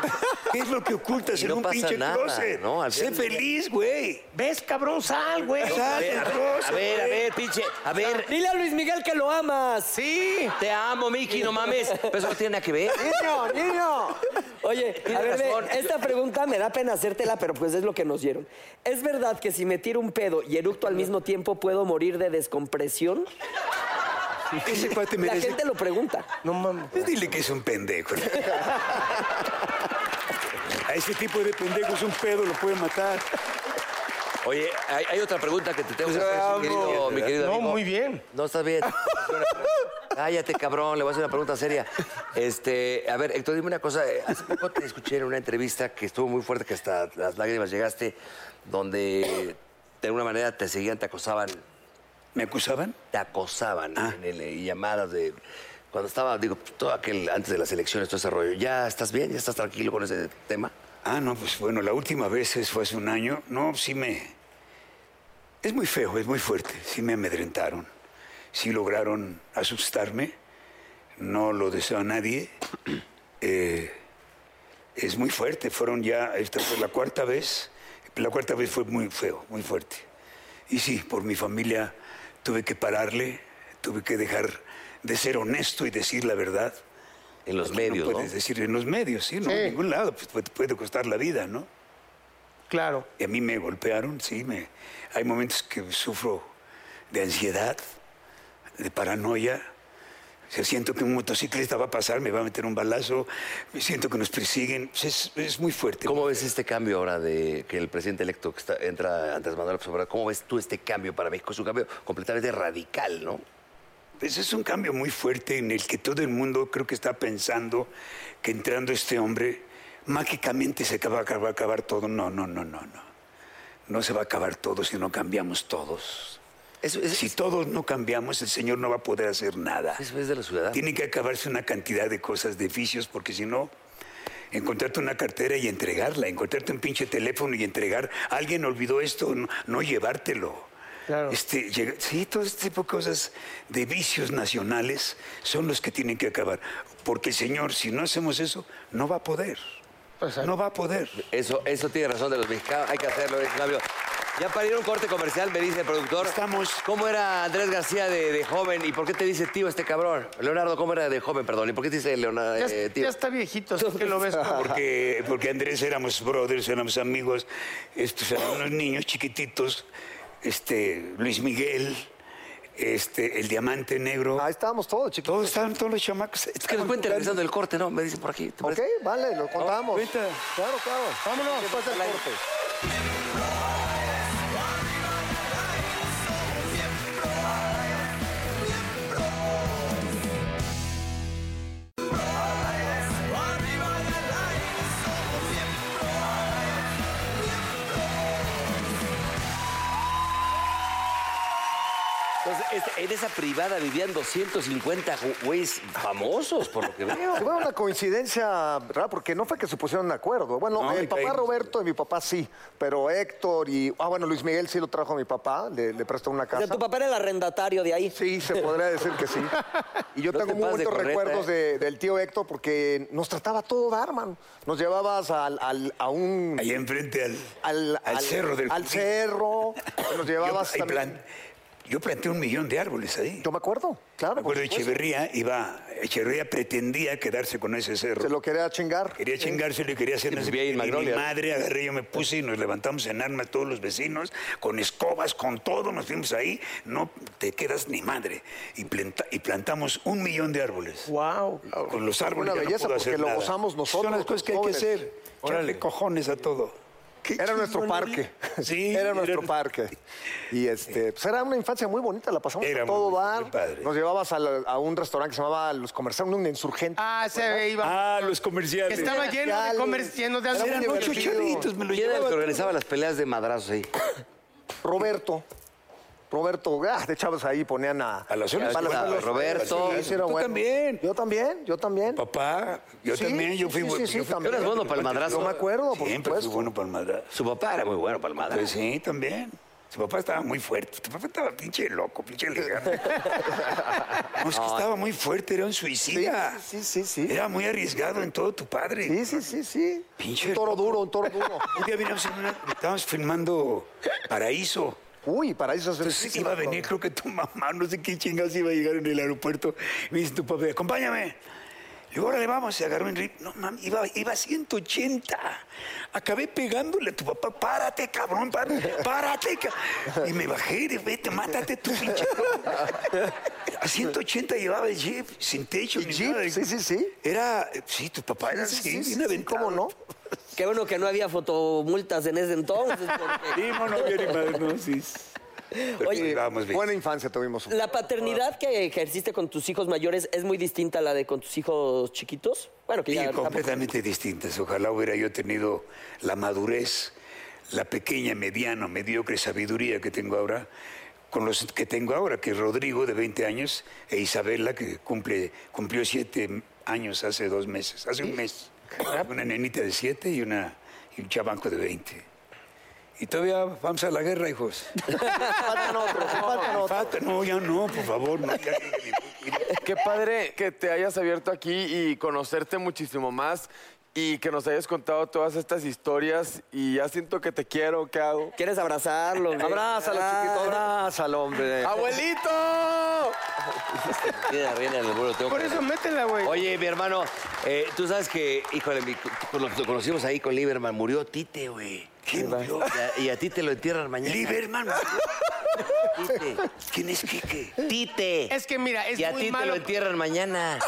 G: qué es lo que ocultas
B: Y
G: en
B: no
G: un
B: pasa
G: pinche
B: nada,
G: closet.
B: ¿no? Al
G: sé
B: final-
G: feliz, güey.
C: ¿Ves, cabrón? Sal, güey.
G: Sal del
B: A
G: closet,
B: ver, a
G: güey.
B: ver, pinche. A ver,
D: Dile a Luis Miguel que lo amas.
C: Sí.
B: te amo, Miki, no mames. Pero eso no tiene nada que ver.
D: Niño, niño. Oye, a
B: Tienes
D: ver, ve,
B: razón.
D: esta pregunta me da pena hacértela, pero pues es lo que nos dieron. ¿Es verdad que si me tiro un pedo y eructo al mismo tiempo puedo morir de descompresión?
G: Ese
F: pues,
G: cuate
D: La
G: merece.
D: gente lo pregunta.
C: No mames.
G: Pues dile que es un pendejo. A ese tipo de pendejos un pedo lo puede matar.
B: Oye, hay, hay otra pregunta que te tengo que hacer, mi querido, mi querido
C: No,
B: amigo.
C: muy bien.
B: No, estás bien. Cállate, cabrón, le voy a hacer una pregunta seria. Este, a ver, Héctor, dime una cosa. Eh, Hace poco te escuché en una entrevista que estuvo muy fuerte, que hasta las lágrimas llegaste, donde de alguna manera te seguían, te acosaban,
G: ¿Me acusaban? Ah.
B: te acosaban en el- en llamadas de. Cuando estaba, digo, todo aquel, antes de las elecciones, todo ese rollo. ¿Ya estás bien? ¿Ya estás tranquilo con ese tema?
G: Ah, no, pues bueno, la última vez es- fue hace un año. No, sí me... Es muy feo, es muy fuerte. Sí me amedrentaron. Sí lograron asustarme. No lo deseo a nadie. Eh, es muy fuerte. Fueron ya, esta fue la cuarta vez. La cuarta vez fue muy feo, muy fuerte. Y sí, por mi familia tuve que pararle, tuve que dejar de ser honesto y decir la verdad.
B: En los
G: Porque
B: medios,
G: no
B: ¿no?
G: puedes decir en los medios, sí, no,
C: Sí.
G: en ningún lado, pues, te puede costar la vida, ¿no?
C: Claro.
G: Y a mí me golpearon, sí, me, hay momentos que sufro de ansiedad, de paranoia. O sea, siento que un motociclista va a pasar, me va a meter un balazo, siento que nos persiguen. Pues Es, es muy fuerte.
B: ¿Cómo ves este cambio ahora de que el presidente electo que está- entra Andrés Manuel López Obrador? ¿Cómo ves tú este cambio para México? Es un cambio completamente radical, ¿no?
G: Pues es un cambio muy fuerte en el que todo el mundo creo que está pensando que entrando este hombre, mágicamente se acaba, acaba- acabar todo. No, no, no, no, no. No se va a acabar todo si no cambiamos todos.
B: Eso es,
G: Si todos no cambiamos, el Señor no va a poder hacer nada.
B: eso es de la ciudad.
G: Tiene que acabarse una cantidad de cosas, de vicios, porque si no, encontrarte una cartera y entregarla, encontrarte un pinche teléfono y entregar, alguien olvidó esto, no, no llevártelo.
C: Claro.
G: Este, llega- sí, todo este tipo de cosas de vicios nacionales son los que tienen que acabar. Porque, señor, si no hacemos eso, no va a poder. No va a poder.
B: Eso, eso tiene razón de los mexicanos. Hay que hacerlo, es un cambio. Ya para ir a un corte comercial, me dice el productor.
G: Estamos-
B: ¿Cómo era Andrés García de, de joven? ¿Y por qué te dice tío este cabrón? Leonardo, ¿cómo era de joven, perdón? ¿Y por qué te dice Leonardo
C: Ya,
B: eh, tío?
C: ya está viejito, así que lo ves. como-
G: porque, porque Andrés éramos brothers, éramos amigos, estos eran unos niños chiquititos, este, Luis Miguel, este, el Diamante Negro,
F: Ahí Ah, estábamos todos, chicos.
G: todos estaban, todos los chamacos.
B: Es que nos cuenta regresando el corte, ¿no? Me dicen por aquí. ¿te
F: Ok,
B: parece?
F: vale, lo contamos.
G: Ahorita.
F: Claro, claro. Vámonos. Después del corte.
B: Entonces, este- en esa privada vivían 250 ju- güeyes famosos, por lo que veo.
F: Sí, Fue una coincidencia rara, porque no fue que se pusieron de acuerdo. Bueno,
G: No, y
F: el papá
G: caímos.
F: Roberto y mi papá sí, pero Héctor y... Ah, bueno, Luis Miguel sí lo trajo a mi papá, le, le prestó una
D: O
F: casa.
D: sea, tu papá era el arrendatario de ahí.
F: Sí, se podría decir que sí. Y yo
B: No te
F: tengo muy
B: pases de
F: bonitos
B: corneta,
F: recuerdos
B: ¿eh?
F: de- del tío Héctor porque nos trataba a todo dar, man. Nos llevabas al- al- a un...
G: Allá enfrente al,
F: Al, al-
G: cerro del
F: Al
G: Cubillo.
F: cerro. Nos
G: Yo,
F: llevabas
G: ahí
F: también-
G: plan- yo planté un millón de árboles ahí.
F: Yo me acuerdo, claro.
G: Me acuerdo
F: por
G: de
F: supuesto.
G: Echeverría, iba, Echeverría pretendía quedarse con ese cerro.
F: Se lo quería chingar.
G: Quería chingárselo y quería hacer
B: Sí,
G: no sé
B: vivía ahí en
G: qué. Y mi
B: Magnolia.
G: madre agarré, yo me puse y nos levantamos en armas todos los vecinos, con escobas, con todo, nos fuimos ahí, no te quedas ni madre. Y, planta- y plantamos un millón de árboles.
C: Wow.
G: Con los árboles
F: Una
G: ya no
F: belleza,
G: pudo hacer
F: porque lo
G: nada.
F: gozamos nosotros,
G: Son las cosas que hay que
F: jóvenes.
G: hacer. Echarle cojones a todo.
F: Era nuestro parque.
G: Sí,
F: era
G: era-
F: nuestro parque. Y este, pues era una infancia muy bonita, la pasamos
G: Era
F: a todo
G: muy-
F: dar.
G: muy padre.
F: Nos llevabas a, la- a un restaurante que se llamaba Los Comerciantes, un insurgente.
C: Ah, se iba.
G: Ah, los comerciales.
C: Estaba lleno de,
F: Sociales.
C: comer- lleno de
F: Era muy
G: Eran
C: alcohol.
G: ocho
F: divertido.
G: chavitos, me
B: ¿Quién
G: lo
B: era el
G: llevaba
B: que
G: todo.
B: organizaba las peleas de madrazos ahí?
F: Roberto. Roberto, ah, de chavos ahí ponían a...
G: A las olas.
F: a
B: A
F: olas.
B: Roberto.
F: Sí, sí, era
G: Tú
F: bueno.
G: también.
F: Yo también, yo también.
G: Papá, yo
F: Sí,
G: también, yo fui
F: sí, sí, sí,
G: yo fui-
F: también.
B: Tú eras bueno para el madrazo.
F: Yo me acuerdo, por
G: Siempre fui
F: supuesto.
G: bueno para el madrazo.
B: Su papá era muy bueno para el
G: Pues
B: madrazo.
G: sí, también. Su papá estaba muy fuerte. Tu papá estaba pinche loco, pinche elegante. no, es que estaba muy fuerte, era un suicida.
F: Sí, sí, sí, sí.
G: Era muy arriesgado en todo tu padre.
F: Sí, sí, sí, sí.
G: Pinche
F: un toro
G: loco.
F: duro, un toro duro.
G: Un día vinimos en una- Estábamos filmando Paraíso.
F: Uy, para eso se
G: Entonces iba a venir, creo que tu mamá, no sé qué chingados iba a llegar en el aeropuerto. Me dice tu papá, acompáñame. Le digo, órale, vamos. Se agarró en rip. No, mami, iba, iba a 180. Acabé pegándole a tu papá. Párate, cabrón, párate, párate. ca-". Y me bajé y le, vete, mátate tu pinche. loco". A 180 llevaba el jeep, sin techo.
F: Y
G: ni
F: jeep,
G: nada.
F: sí, sí, sí.
G: Era, eh, sí, tu papá era
F: Sí,
G: así,
F: sí, sí,
G: bien
F: sí,
G: aventado.
F: ¿Cómo no?
D: Qué bueno que no había fotomultas en ese entonces. porque-
G: Sí, no, no, bien, ni madre, no, sí. Pero
D: Oye,
G: ahí vamos bien.
F: Buena infancia tuvimos.
D: ¿La paternidad que ejerciste con tus hijos mayores es muy distinta a la de con tus hijos chiquitos? Bueno, que
G: Sí,
D: ya...
G: completamente distintas. Ojalá hubiera yo tenido la madurez, la pequeña, mediano, mediocre sabiduría que tengo ahora, con los que tengo ahora, que es Rodrigo, de 20 años, e Isabela, que cumple, cumplió 7 años hace dos meses, hace un mes. Una nenita de 7 y, una, y un chabanco de 20. Y todavía vamos a la guerra, hijos.
F: Faltan otros, faltan otros.
G: Falta- no, ya no, por favor. no, ya-
E: Qué padre que te hayas abierto aquí y conocerte muchísimo más y que nos hayas contado todas estas historias y ya siento que te quiero, ¿qué hago?
D: ¿Quieres abrazarlo? güey?
F: Abrázalo,
D: Ah,
F: chiquito, abrázalo, hombre.
E: ¡Abuelito!
B: Mira, reina del muro, tengo
C: Por
B: que-
C: eso métela, güey.
B: Oye, mi hermano, eh, tú sabes que, híjole, mi- cu- lo, lo conocimos ahí con Lieberman, murió Tite, güey.
G: ¿Qué murió?
B: Y a, y a ti te lo entierran mañana.
G: Lieberman.
B: Tite.
G: ¿Quién es Quique?
B: Tite.
C: Es que mira, es
B: y a
C: muy
B: ti te
C: malo.
B: lo entierran mañana.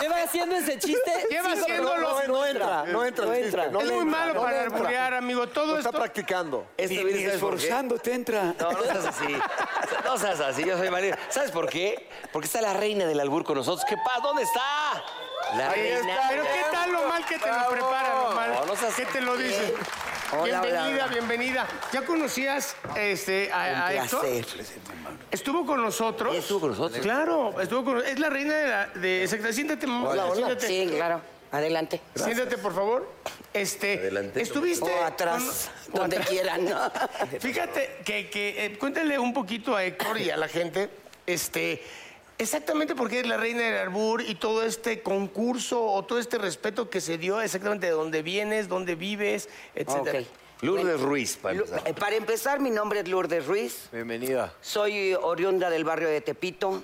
D: Lleva haciendo ese chiste.
C: Lleva
D: cinco
C: haciéndolo,
D: programas,
C: no
F: entra, no entra el chiste, no
C: es
F: le
C: muy
F: entra,
C: malo
F: no
C: para
F: le entra.
C: arborear, amigo.
F: Lo
C: Todo
F: está
C: esto.
F: practicando.
G: Ni,
B: Esto viene,
G: ni
B: ¿sabes por qué?
G: esforzándote entra.
B: No, no seas así. No seas así, yo soy María. ¿Sabes por qué? Porque está la reina del albur con nosotros. ¿Qué pasa? ¿Dónde está? La
E: Ahí
B: reina.
E: está.
C: Pero qué tal lo mal que te lo
E: Bravo.
C: preparan, lo mal.
B: No, no seas-
C: ¿Qué te lo dicen?
D: Hola,
C: bienvenida,
D: hola, hola.
C: bienvenida. ¿Ya conocías este, a, a Héctor? Estuvo con nosotros.
B: Estuvo con nosotros.
C: Claro, estuvo con Es la reina de la. De, exacta- siéntate, mamá, siéntate.
H: Sí, claro. Adelante.
C: Siéntate, por favor. Este,
B: Adelante.
C: Estuviste.
H: O atrás,
C: con- o
H: donde
C: atrás.
H: quieran. ¿no?
C: Fíjate que, que, eh, cuéntale un poquito a Héctor y a la gente, este, exactamente por qué es la reina del arbur y todo este concurso o todo este respeto que se dio, exactamente de dónde vienes, dónde vives, etcétera.
H: Ok.
B: Lourdes Ruiz, para
H: Lu-
B: empezar.
H: eh, Para empezar, mi nombre es Lourdes Ruiz.
E: Bienvenida.
H: Soy oriunda del barrio de Tepito,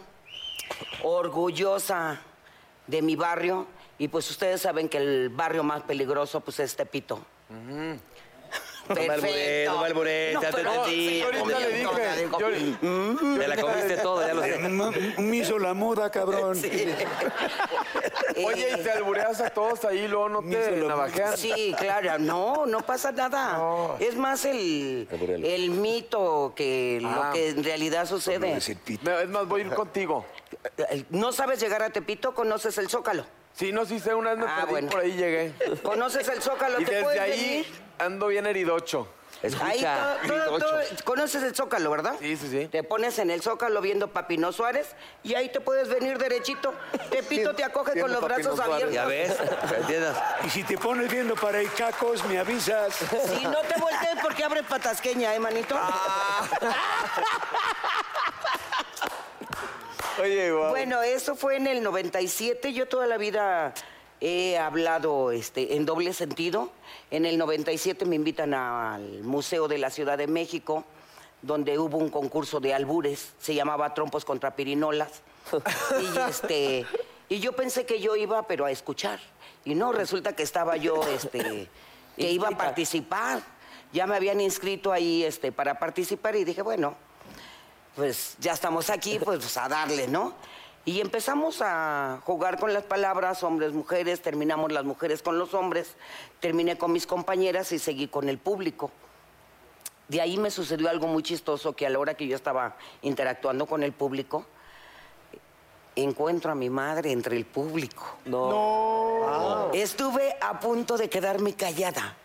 H: orgullosa de mi barrio. Y pues ustedes saben que el barrio más peligroso pues es Tepito.
B: alburees, no me alburees, ya te
H: pero-
B: entendí,
H: sí,
E: Yo ahorita
H: no,
E: le
H: la
E: dije.
H: digo.
E: yo-
B: Te la comiste todo, ya lo sé.
G: Mm, Me hizo la muda, cabrón.
E: Oye, y te albureas a todos ahí, luego no
G: hizo
E: te
G: lo-
E: navajean.
H: Sí, claro, no, no pasa nada. Es más el, el mito que lo que en realidad sucede.
G: Es el pito.
E: Me- Es más, voy a ir contigo.
H: No sabes llegar a Tepito, conoces el Zócalo.
E: Sí, no, sí sé, una vez me
H: Ah,
E: perdí,
H: bueno.
E: por ahí llegué.
H: Conoces el Zócalo,
E: Y
H: te
E: desde
H: puedes
E: ahí
H: venir.
E: ando bien heridocho.
H: Ahí
B: Escucha.
H: todo- todo- todo- conoces el Zócalo, ¿verdad? Sí, sí, sí. Te pones en el Zócalo viendo Papino Suárez y ahí te puedes venir derechito. Tepito te acoge con los brazos abiertos.
B: Ya ves, ¿entiendes?
G: Y si te pones viendo para ahí cacos, me avisas.
H: Si no te voltees porque abres patasqueña, ¿eh, manito?
E: Oye, guau.
H: Bueno, eso fue en el 97. Yo toda la vida he hablado este, en doble sentido. En el 97 me invitan al Museo de la Ciudad de México, donde hubo un concurso de albures. Se llamaba Trompos contra Pirinolas. Y, este, y yo pensé que yo iba, pero a escuchar. Y no, resulta que estaba yo, este, que iba a participar. Ya me habían inscrito ahí este, para participar y dije, bueno, pues ya estamos aquí, pues, pues, a darle, ¿no? Y empezamos a jugar con las palabras, hombres, mujeres, terminamos las mujeres con los hombres, terminé con mis compañeras y seguí con el público. De ahí me sucedió algo muy chistoso que a la hora que yo estaba interactuando con el público, encuentro a mi madre entre el público.
D: Ah.
H: Estuve a punto de quedarme callada,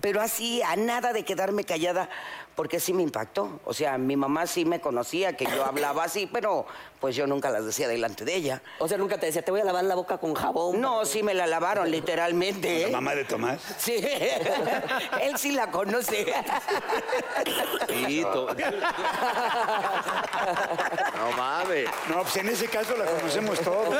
H: pero así, a nada de quedarme callada, porque sí me impactó. O sea, mi mamá sí me conocía, que yo hablaba así, pero pues yo nunca las decía delante de ella.
D: O sea, nunca te decía, te voy a lavar la boca con jabón.
H: No, sí me la lavaron, literalmente.
G: La
H: ¿eh?
G: mamá de Tomás.
H: Sí, él sí la conoce.
B: Tito. No mames.
G: No, pues en ese caso la conocemos todos.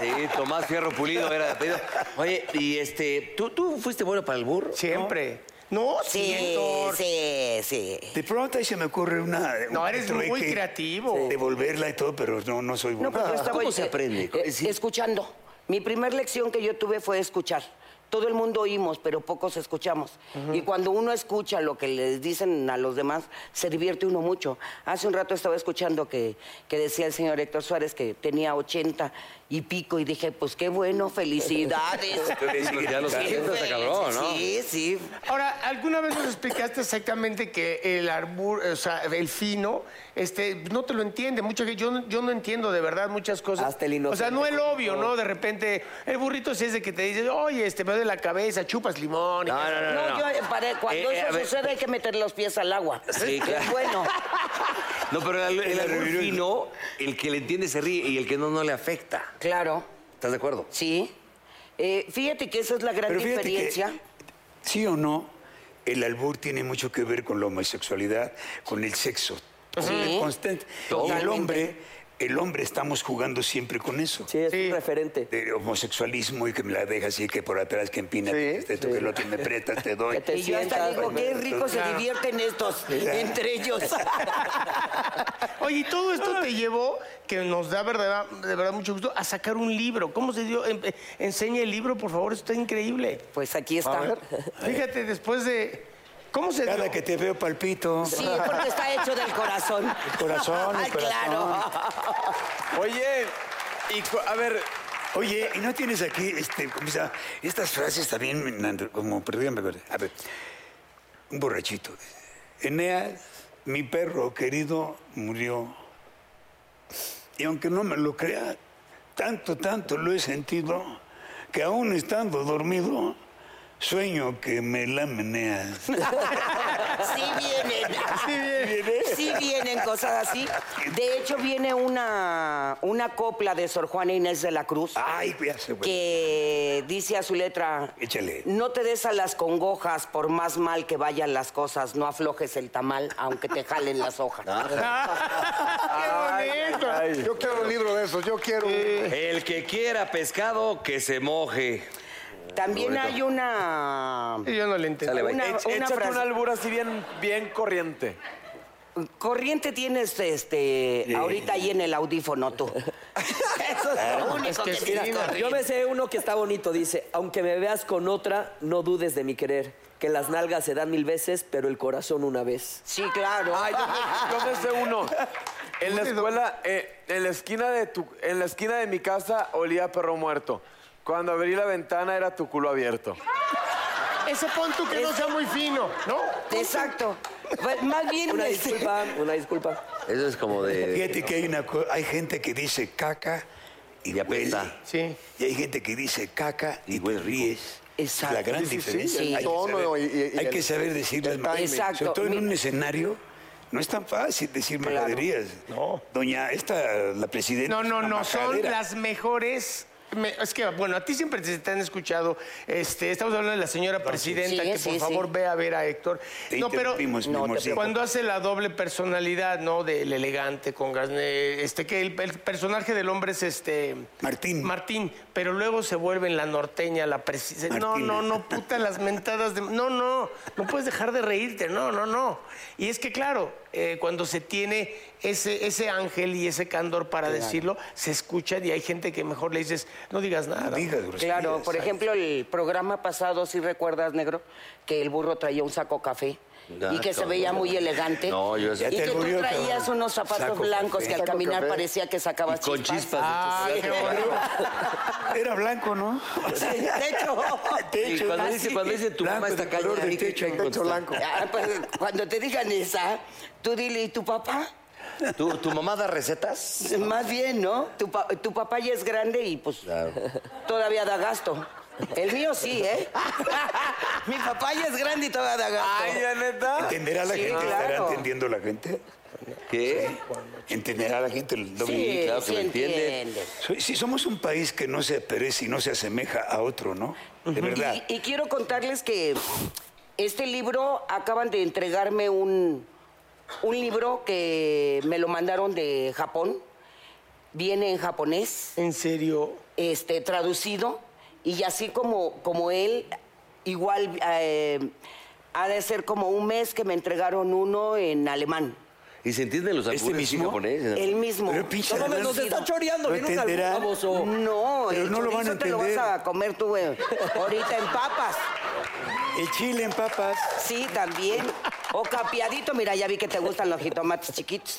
B: Sí, Tomás Fierro Pulido era de apellido. Oye, y este, ¿tú, tú fuiste bueno para el burro?
C: Siempre. No, sí,
H: Sí,
C: Héctor.
H: sí, sí.
G: Oh, De pronto ahí se me ocurre una.
C: No,
G: un
C: eres
G: trueque,
C: muy creativo.
G: Devolverla y todo, pero no, no soy bueno.
H: No, pues yo estaba-
B: ¿Cómo se aprende?
H: eh, eh, Escuchando. Mi primer lección que yo tuve fue escuchar. Todo el mundo oímos, pero pocos escuchamos. Y cuando uno escucha lo que les dicen a los demás, se divierte uno mucho. Hace un rato estaba escuchando que, que decía el señor Héctor Suárez que tenía 80 y pico y dije, pues qué bueno, felicidades.
B: ya los 80 está cabrón, ¿no?
H: Sí, sí.
C: Ahora, ¿alguna vez nos explicaste exactamente que el arbur, o sea, el fino, este, no te lo entiende? Mucha gente- yo, no- yo no entiendo de verdad muchas cosas.
D: Hasta el
C: o sea, no el
D: inocente
C: obvio, ¿no? De repente, el burrito sí es de que te dice, oye, este, me duele la cabeza, chupas limón. y
B: No, no, no.
H: No,
B: no.
H: yo, eh, para- cuando
B: Eh, eh, a
H: eso
B: ver.
H: sucede hay que meter los pies al agua.
B: Sí, claro.
H: Es bueno.
B: No, pero el, el albur fino, el que le entiende se ríe y el que no, no le afecta.
H: Claro.
B: ¿Estás de acuerdo?
H: Sí. Eh, fíjate que esa es la gran
G: Pero fíjate
H: diferencia.
G: que, sí o no, el albur tiene mucho que ver con la homosexualidad, con el sexo. con el constante. Y el
H: Totalmente.
G: hombre, el hombre estamos jugando siempre con eso.
D: Sí, es
C: Sí.
D: un referente.
G: De homosexualismo y que me la dejas así, que por atrás, que empina,
F: Sí,
G: que esto, que el otro, me apretas, te doy.
D: Que te
H: Y yo hasta
D: sientas,
H: digo,
D: pues,
H: qué rico se divierten estos entre ellos.
C: Oye, y todo esto te llevó, que nos da verdad, de verdad mucho gusto, a sacar un libro. ¿Cómo se dio? Em- eh, enseña el libro, por favor, está increíble.
H: Pues aquí está.
C: Fíjate, después de. ¿Cómo se
G: Cada
C: dio?
G: que te veo palpito.
H: Sí, porque está hecho del corazón.
G: El corazón, el
H: Ay, claro.
E: Oye, y cu- a ver,
G: Oye, ¿y no tienes aquí este, cómo se llama? estas frases también, me- nan- como, perdóname, perdón. a ver, un borrachito. dice, Eneas, mi perro querido, murió. Y aunque no me lo crea, tanto, tanto lo he sentido, que aún estando dormido, sueño que me la meneas.
H: Sí vienen. Sí vienen cosas así. De hecho, viene una, una copla de Sor Juana Inés de la Cruz.
G: Ay, ya se güey.
H: que dice a su letra,
G: Échale.
H: no te des a las congojas por más mal que vayan las cosas, no aflojes el tamal aunque te jalen las hojas.
C: ¡Qué bonito!
F: Yo quiero un libro de esos, yo quiero. un-
G: Eh.
B: El que quiera pescado, que se moje.
H: También hay una,
C: Yo no le entiendo.
H: una,
E: ech-
H: una
E: échate
H: frase.
E: un albur así bien, bien corriente.
H: Corriente tienes este ahorita ahí en el audífono tú. Eso es lo único que, tienes corriente.
D: Yo me sé uno que está bonito, dice, aunque me veas con otra, no dudes de mi querer, que las nalgas se dan mil veces, pero el corazón una vez.
H: Sí, claro.
E: Ay, yo me, yo me sé uno. En la escuela, eh, en, la esquina de tu, en la esquina de mi casa olía a perro muerto. Cuando abrí la ventana era tu culo abierto.
C: Ese pon tú que no sea muy fino, ¿no?
H: Exacto. Pues, Más bien
D: Una
H: este,
D: disculpa, una disculpa.
B: Eso es como de.
G: Fíjate que hay, una, co- hay gente que dice caca y
B: Y apesta.
G: huele.
C: Sí.
G: Y hay gente que dice caca y,
B: Y huele
G: te ríes.
H: Exacto.
G: La gran
H: Sí, sí, sí,
G: diferencia.
H: el
G: hay,
F: tono
G: que saber,
F: y- y- y
G: hay
F: el-
G: que saber decir las
F: el
G: majaderías.
H: timing.
G: Sobre todo en
H: Exacto.
G: un escenario, no es tan fácil decir majaderías. No. Doña, esta, la presidenta.
C: No,
G: es
C: no,
G: una
C: no, son
G: majadera.
C: las mejores. me- es que, bueno, a ti siempre te, te han escuchado. Este, estamos hablando de la señora presidenta,
H: Sí,
C: que por
H: sí,
C: favor
H: sí.
C: ve a ver a Héctor.
G: Te
C: no, pero
G: interrumpimos, mi
C: no, te
G: amorcito.
C: cuando hace la doble personalidad, ¿no? Del elegante con gas- eh, este que el, el personaje del hombre es este
G: Martín.
C: Martín, pero luego se vuelve en la norteña la presidenta. No,
G: Martina.
C: no, no, puta las mentadas de No, no, no puedes dejar de reírte. No, no, no. Y es que claro, eh, cuando se tiene ese ese ángel y ese candor para decirlo, se escucha y hay gente que mejor le dices, no digas nada.
G: No digas groserías.
H: Claro, por ejemplo, el programa pasado, si recuerdas, negro, que el burro traía un saco café.
B: Ya,
H: y que se
B: cabrón.
H: veía muy elegante.
B: No, yo-
G: Ya
H: y
G: te
H: que tú
G: aburrió,
H: traías
G: cabrón.
H: unos zapatos
G: Saco
H: blancos
G: café.
H: que al
F: Saco
H: caminar
F: café.
H: parecía que sacabas
B: Y con chispas.
C: Ah,
H: Sí.
C: qué bonito.
G: Era blanco, ¿no?
H: De hecho.
B: Y cuando
G: ah,
B: dice,
G: sí.
B: cuando dice tu
G: Blanco,
B: mamá está
G: de color
B: caña,
G: de
B: di que
G: techo,
B: hay
G: de
B: con-
F: Pecho blanco.
H: Ah, pues, cuando te digan esa, tú dile, ¿y tu papá?
B: ¿Tu, tu mamá da recetas?
H: Más bien, ¿no? Tu, pa- tu papá ya es grande y pues todavía da gasto. El mío sí, ¿eh? Mi papá ya es grande y todavía da gasto.
E: Ay, ya neta.
G: ¿Entenderá la
H: Ah, Sí,
G: gente? ¿Estará
H: claro.
G: entendiendo la gente?
B: ¿Qué?
G: ¿Entenderá la gente el doble?
H: sí,
B: claro que
H: sí
B: lo entiende.
H: entiende.
G: Si somos un país que no se perece y no se asemeja a otro, ¿no? De verdad.
H: Y, y quiero contarles que este libro acaban de entregarme un, un libro que me lo mandaron de Japón. Viene en japonés.
C: En serio.
H: este, traducido y así como, como él, igual eh, ha de ser como un mes que me entregaron uno en alemán,
B: ¿Y se entienden los albures
G: mismo?
B: en japonés?
H: el mismo.
G: Pero pinche
H: No,
G: alemán.
H: no,
D: Nos está choreando,
G: ¿No
D: viene un
G: entenderá?
D: albur baboso.
H: No,
G: Pero
H: el
G: no lo van a
H: chorizo te lo vas
G: entender.
H: a comer tú eh, ahorita en papas.
G: El chile en papas.
H: Sí, también. O capiadito, mira, ya vi que te gustan los jitomates chiquitos.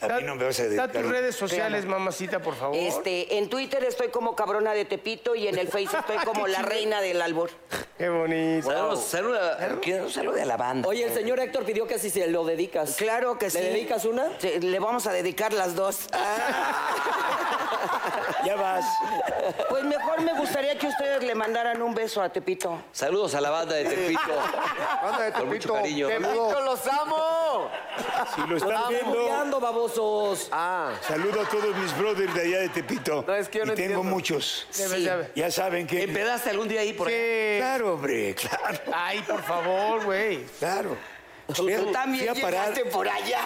G: A
C: Da-
G: mí no me vas a
C: Da
G: dedicar
C: tus
G: un-
C: redes sociales, mamacita, por favor.
H: Este, en Twitter estoy como cabrona de Tepito y en el Face estoy como la reina del albor.
C: Qué bonito.
B: Saluda, quiero un saludo a la banda.
D: Oye, el señor Héctor pidió que si se lo dedicas.
H: Claro que sí.
D: ¿Le dedicas una?
H: Sí, le vamos a dedicar las dos.
D: Ah.
G: Ya vas.
H: Pues mejor me gustaría que ustedes le mandaran un beso a Tepito.
B: Saludos a la banda de Tepito.
F: Banda de
B: Con mucho
F: Tepito.
B: cariño.
F: Saludos.
E: los amo!
G: Si lo están
D: Estamos
G: viendo,
D: muriendo, babosos.
E: Ah,
G: saludo a todos mis brothers de allá de Tepito.
E: No, es que yo
G: y
E: no
G: tengo
E: entiendo.
G: muchos.
C: Debe, debe.
G: Ya saben que...
B: ¿Empedaste algún día ahí por ahí?
C: Eh,
G: Claro, hombre, claro,
C: Ay, por favor, güey.
G: claro.
H: Tú también
G: fui a parar.
H: llegaste por allá.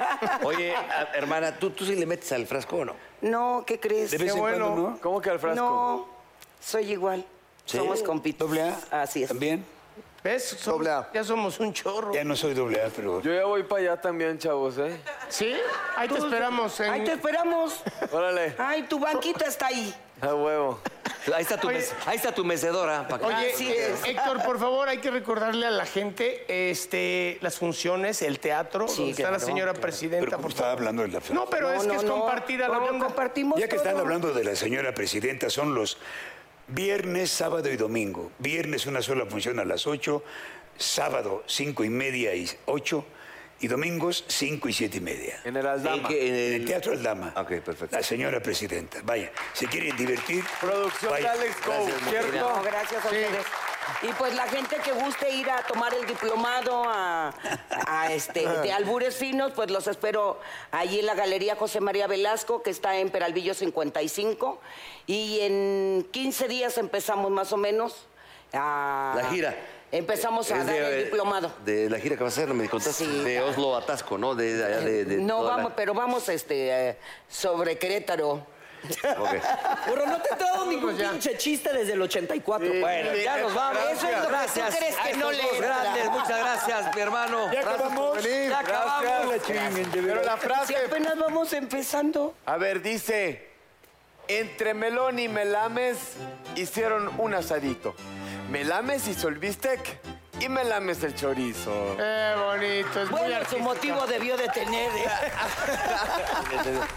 B: Oye, a- hermana, ¿tú, ¿tú sí le metes al frasco o no?
H: No, ¿qué crees?
G: De vez
C: Qué
G: en
C: bueno.
G: cuando, ¿no?
E: ¿cómo que al frasco?
H: No, soy igual.
G: Sí.
H: Somos compitos.
G: Doble A.
H: Así es.
G: También.
C: ¿Ves? Som-
F: Doble A.
C: Ya somos un chorro.
G: Ya no soy doble A, pero...
E: Yo ya voy para allá también, chavos, ¿eh?
C: ¿Sí? Ahí te esperamos. en-
H: Ahí te esperamos.
E: Órale,
H: Ay, tu banquita está ahí.
E: a huevo.
B: Ahí está tu,
C: Oye.
B: mes- ahí está tu mecedora. pa' que-
C: Oye,
H: Así
C: eh,
H: es.
C: Héctor, por favor, hay que recordarle a la gente este, las funciones, el teatro,
H: Sí,
C: donde está la
H: claro,
C: señora
G: Pero
C: presidenta.
G: como
C: por
G: estaba
C: favor.
G: hablando de la...
C: No, pero
H: No,
C: es
H: no,
C: que es
H: no.
C: compartida la
H: No, lo
C: onda.
H: compartimos
G: Ya que están
H: todo.
G: hablando de la señora presidenta, son los viernes, sábado y domingo. Viernes una sola función a las 8, sábado 5 y media y 8 y domingos 5 y 7 y media.
E: En el
B: En
E: Aldama.
B: que- en
G: En el
B: el-
G: Teatro Aldama.
B: Ok, perfecto.
G: La señora presidenta. Vaya, se quieren divertir.
E: Producción de
G: Vaya.
E: Alex Go, ¿cierto?
H: No, gracias a ustedes. Y pues la gente que guste ir a tomar el diplomado a, a, este, de albures finos, pues los espero allí en la Galería José María Velasco, que está en Peralvillo 55. Y en 15 días empezamos más o menos a...
B: La gira.
H: Empezamos a
B: Es
H: dar
B: de,
H: el
B: eh,
H: diplomado.
B: De la gira que vas a hacer, me contaste.
H: Sí.
B: De Oslo a Tasco, ¿no? De, de, allá de- de
H: no
B: toda la-
H: vamos, pero vamos este, eh, sobre Querétaro.
B: Ok.
D: Pero no te he dado ningún pinche chiste desde el 84. bueno, ya nos vamos.
H: Eso es lo que
B: Gracias.
H: tú crees
B: a
H: que no
B: estos
H: le
B: dos
H: entra.
B: grandes, muchas gracias, mi hermano.
G: Ya acabamos.
F: venir.
G: Ya acabamos.
E: Gracias.
G: La chinguen, de
E: Pero
G: veras.
E: la
H: Si
E: frase,
H: apenas vamos empezando.
E: a ver, dice, entre Melón y Melames hicieron un asadito. Melames hizo el bistec y Melames el chorizo.
C: Qué bonito, es muy
H: Bueno, su
C: artístico.
H: motivo debió de tener. ¿eh?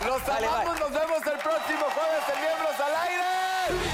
E: Los amamos, nos vemos el próximo jueves en Miembros al Aire.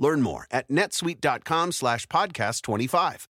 I: Learn more at netsuite.com slash podcast 25.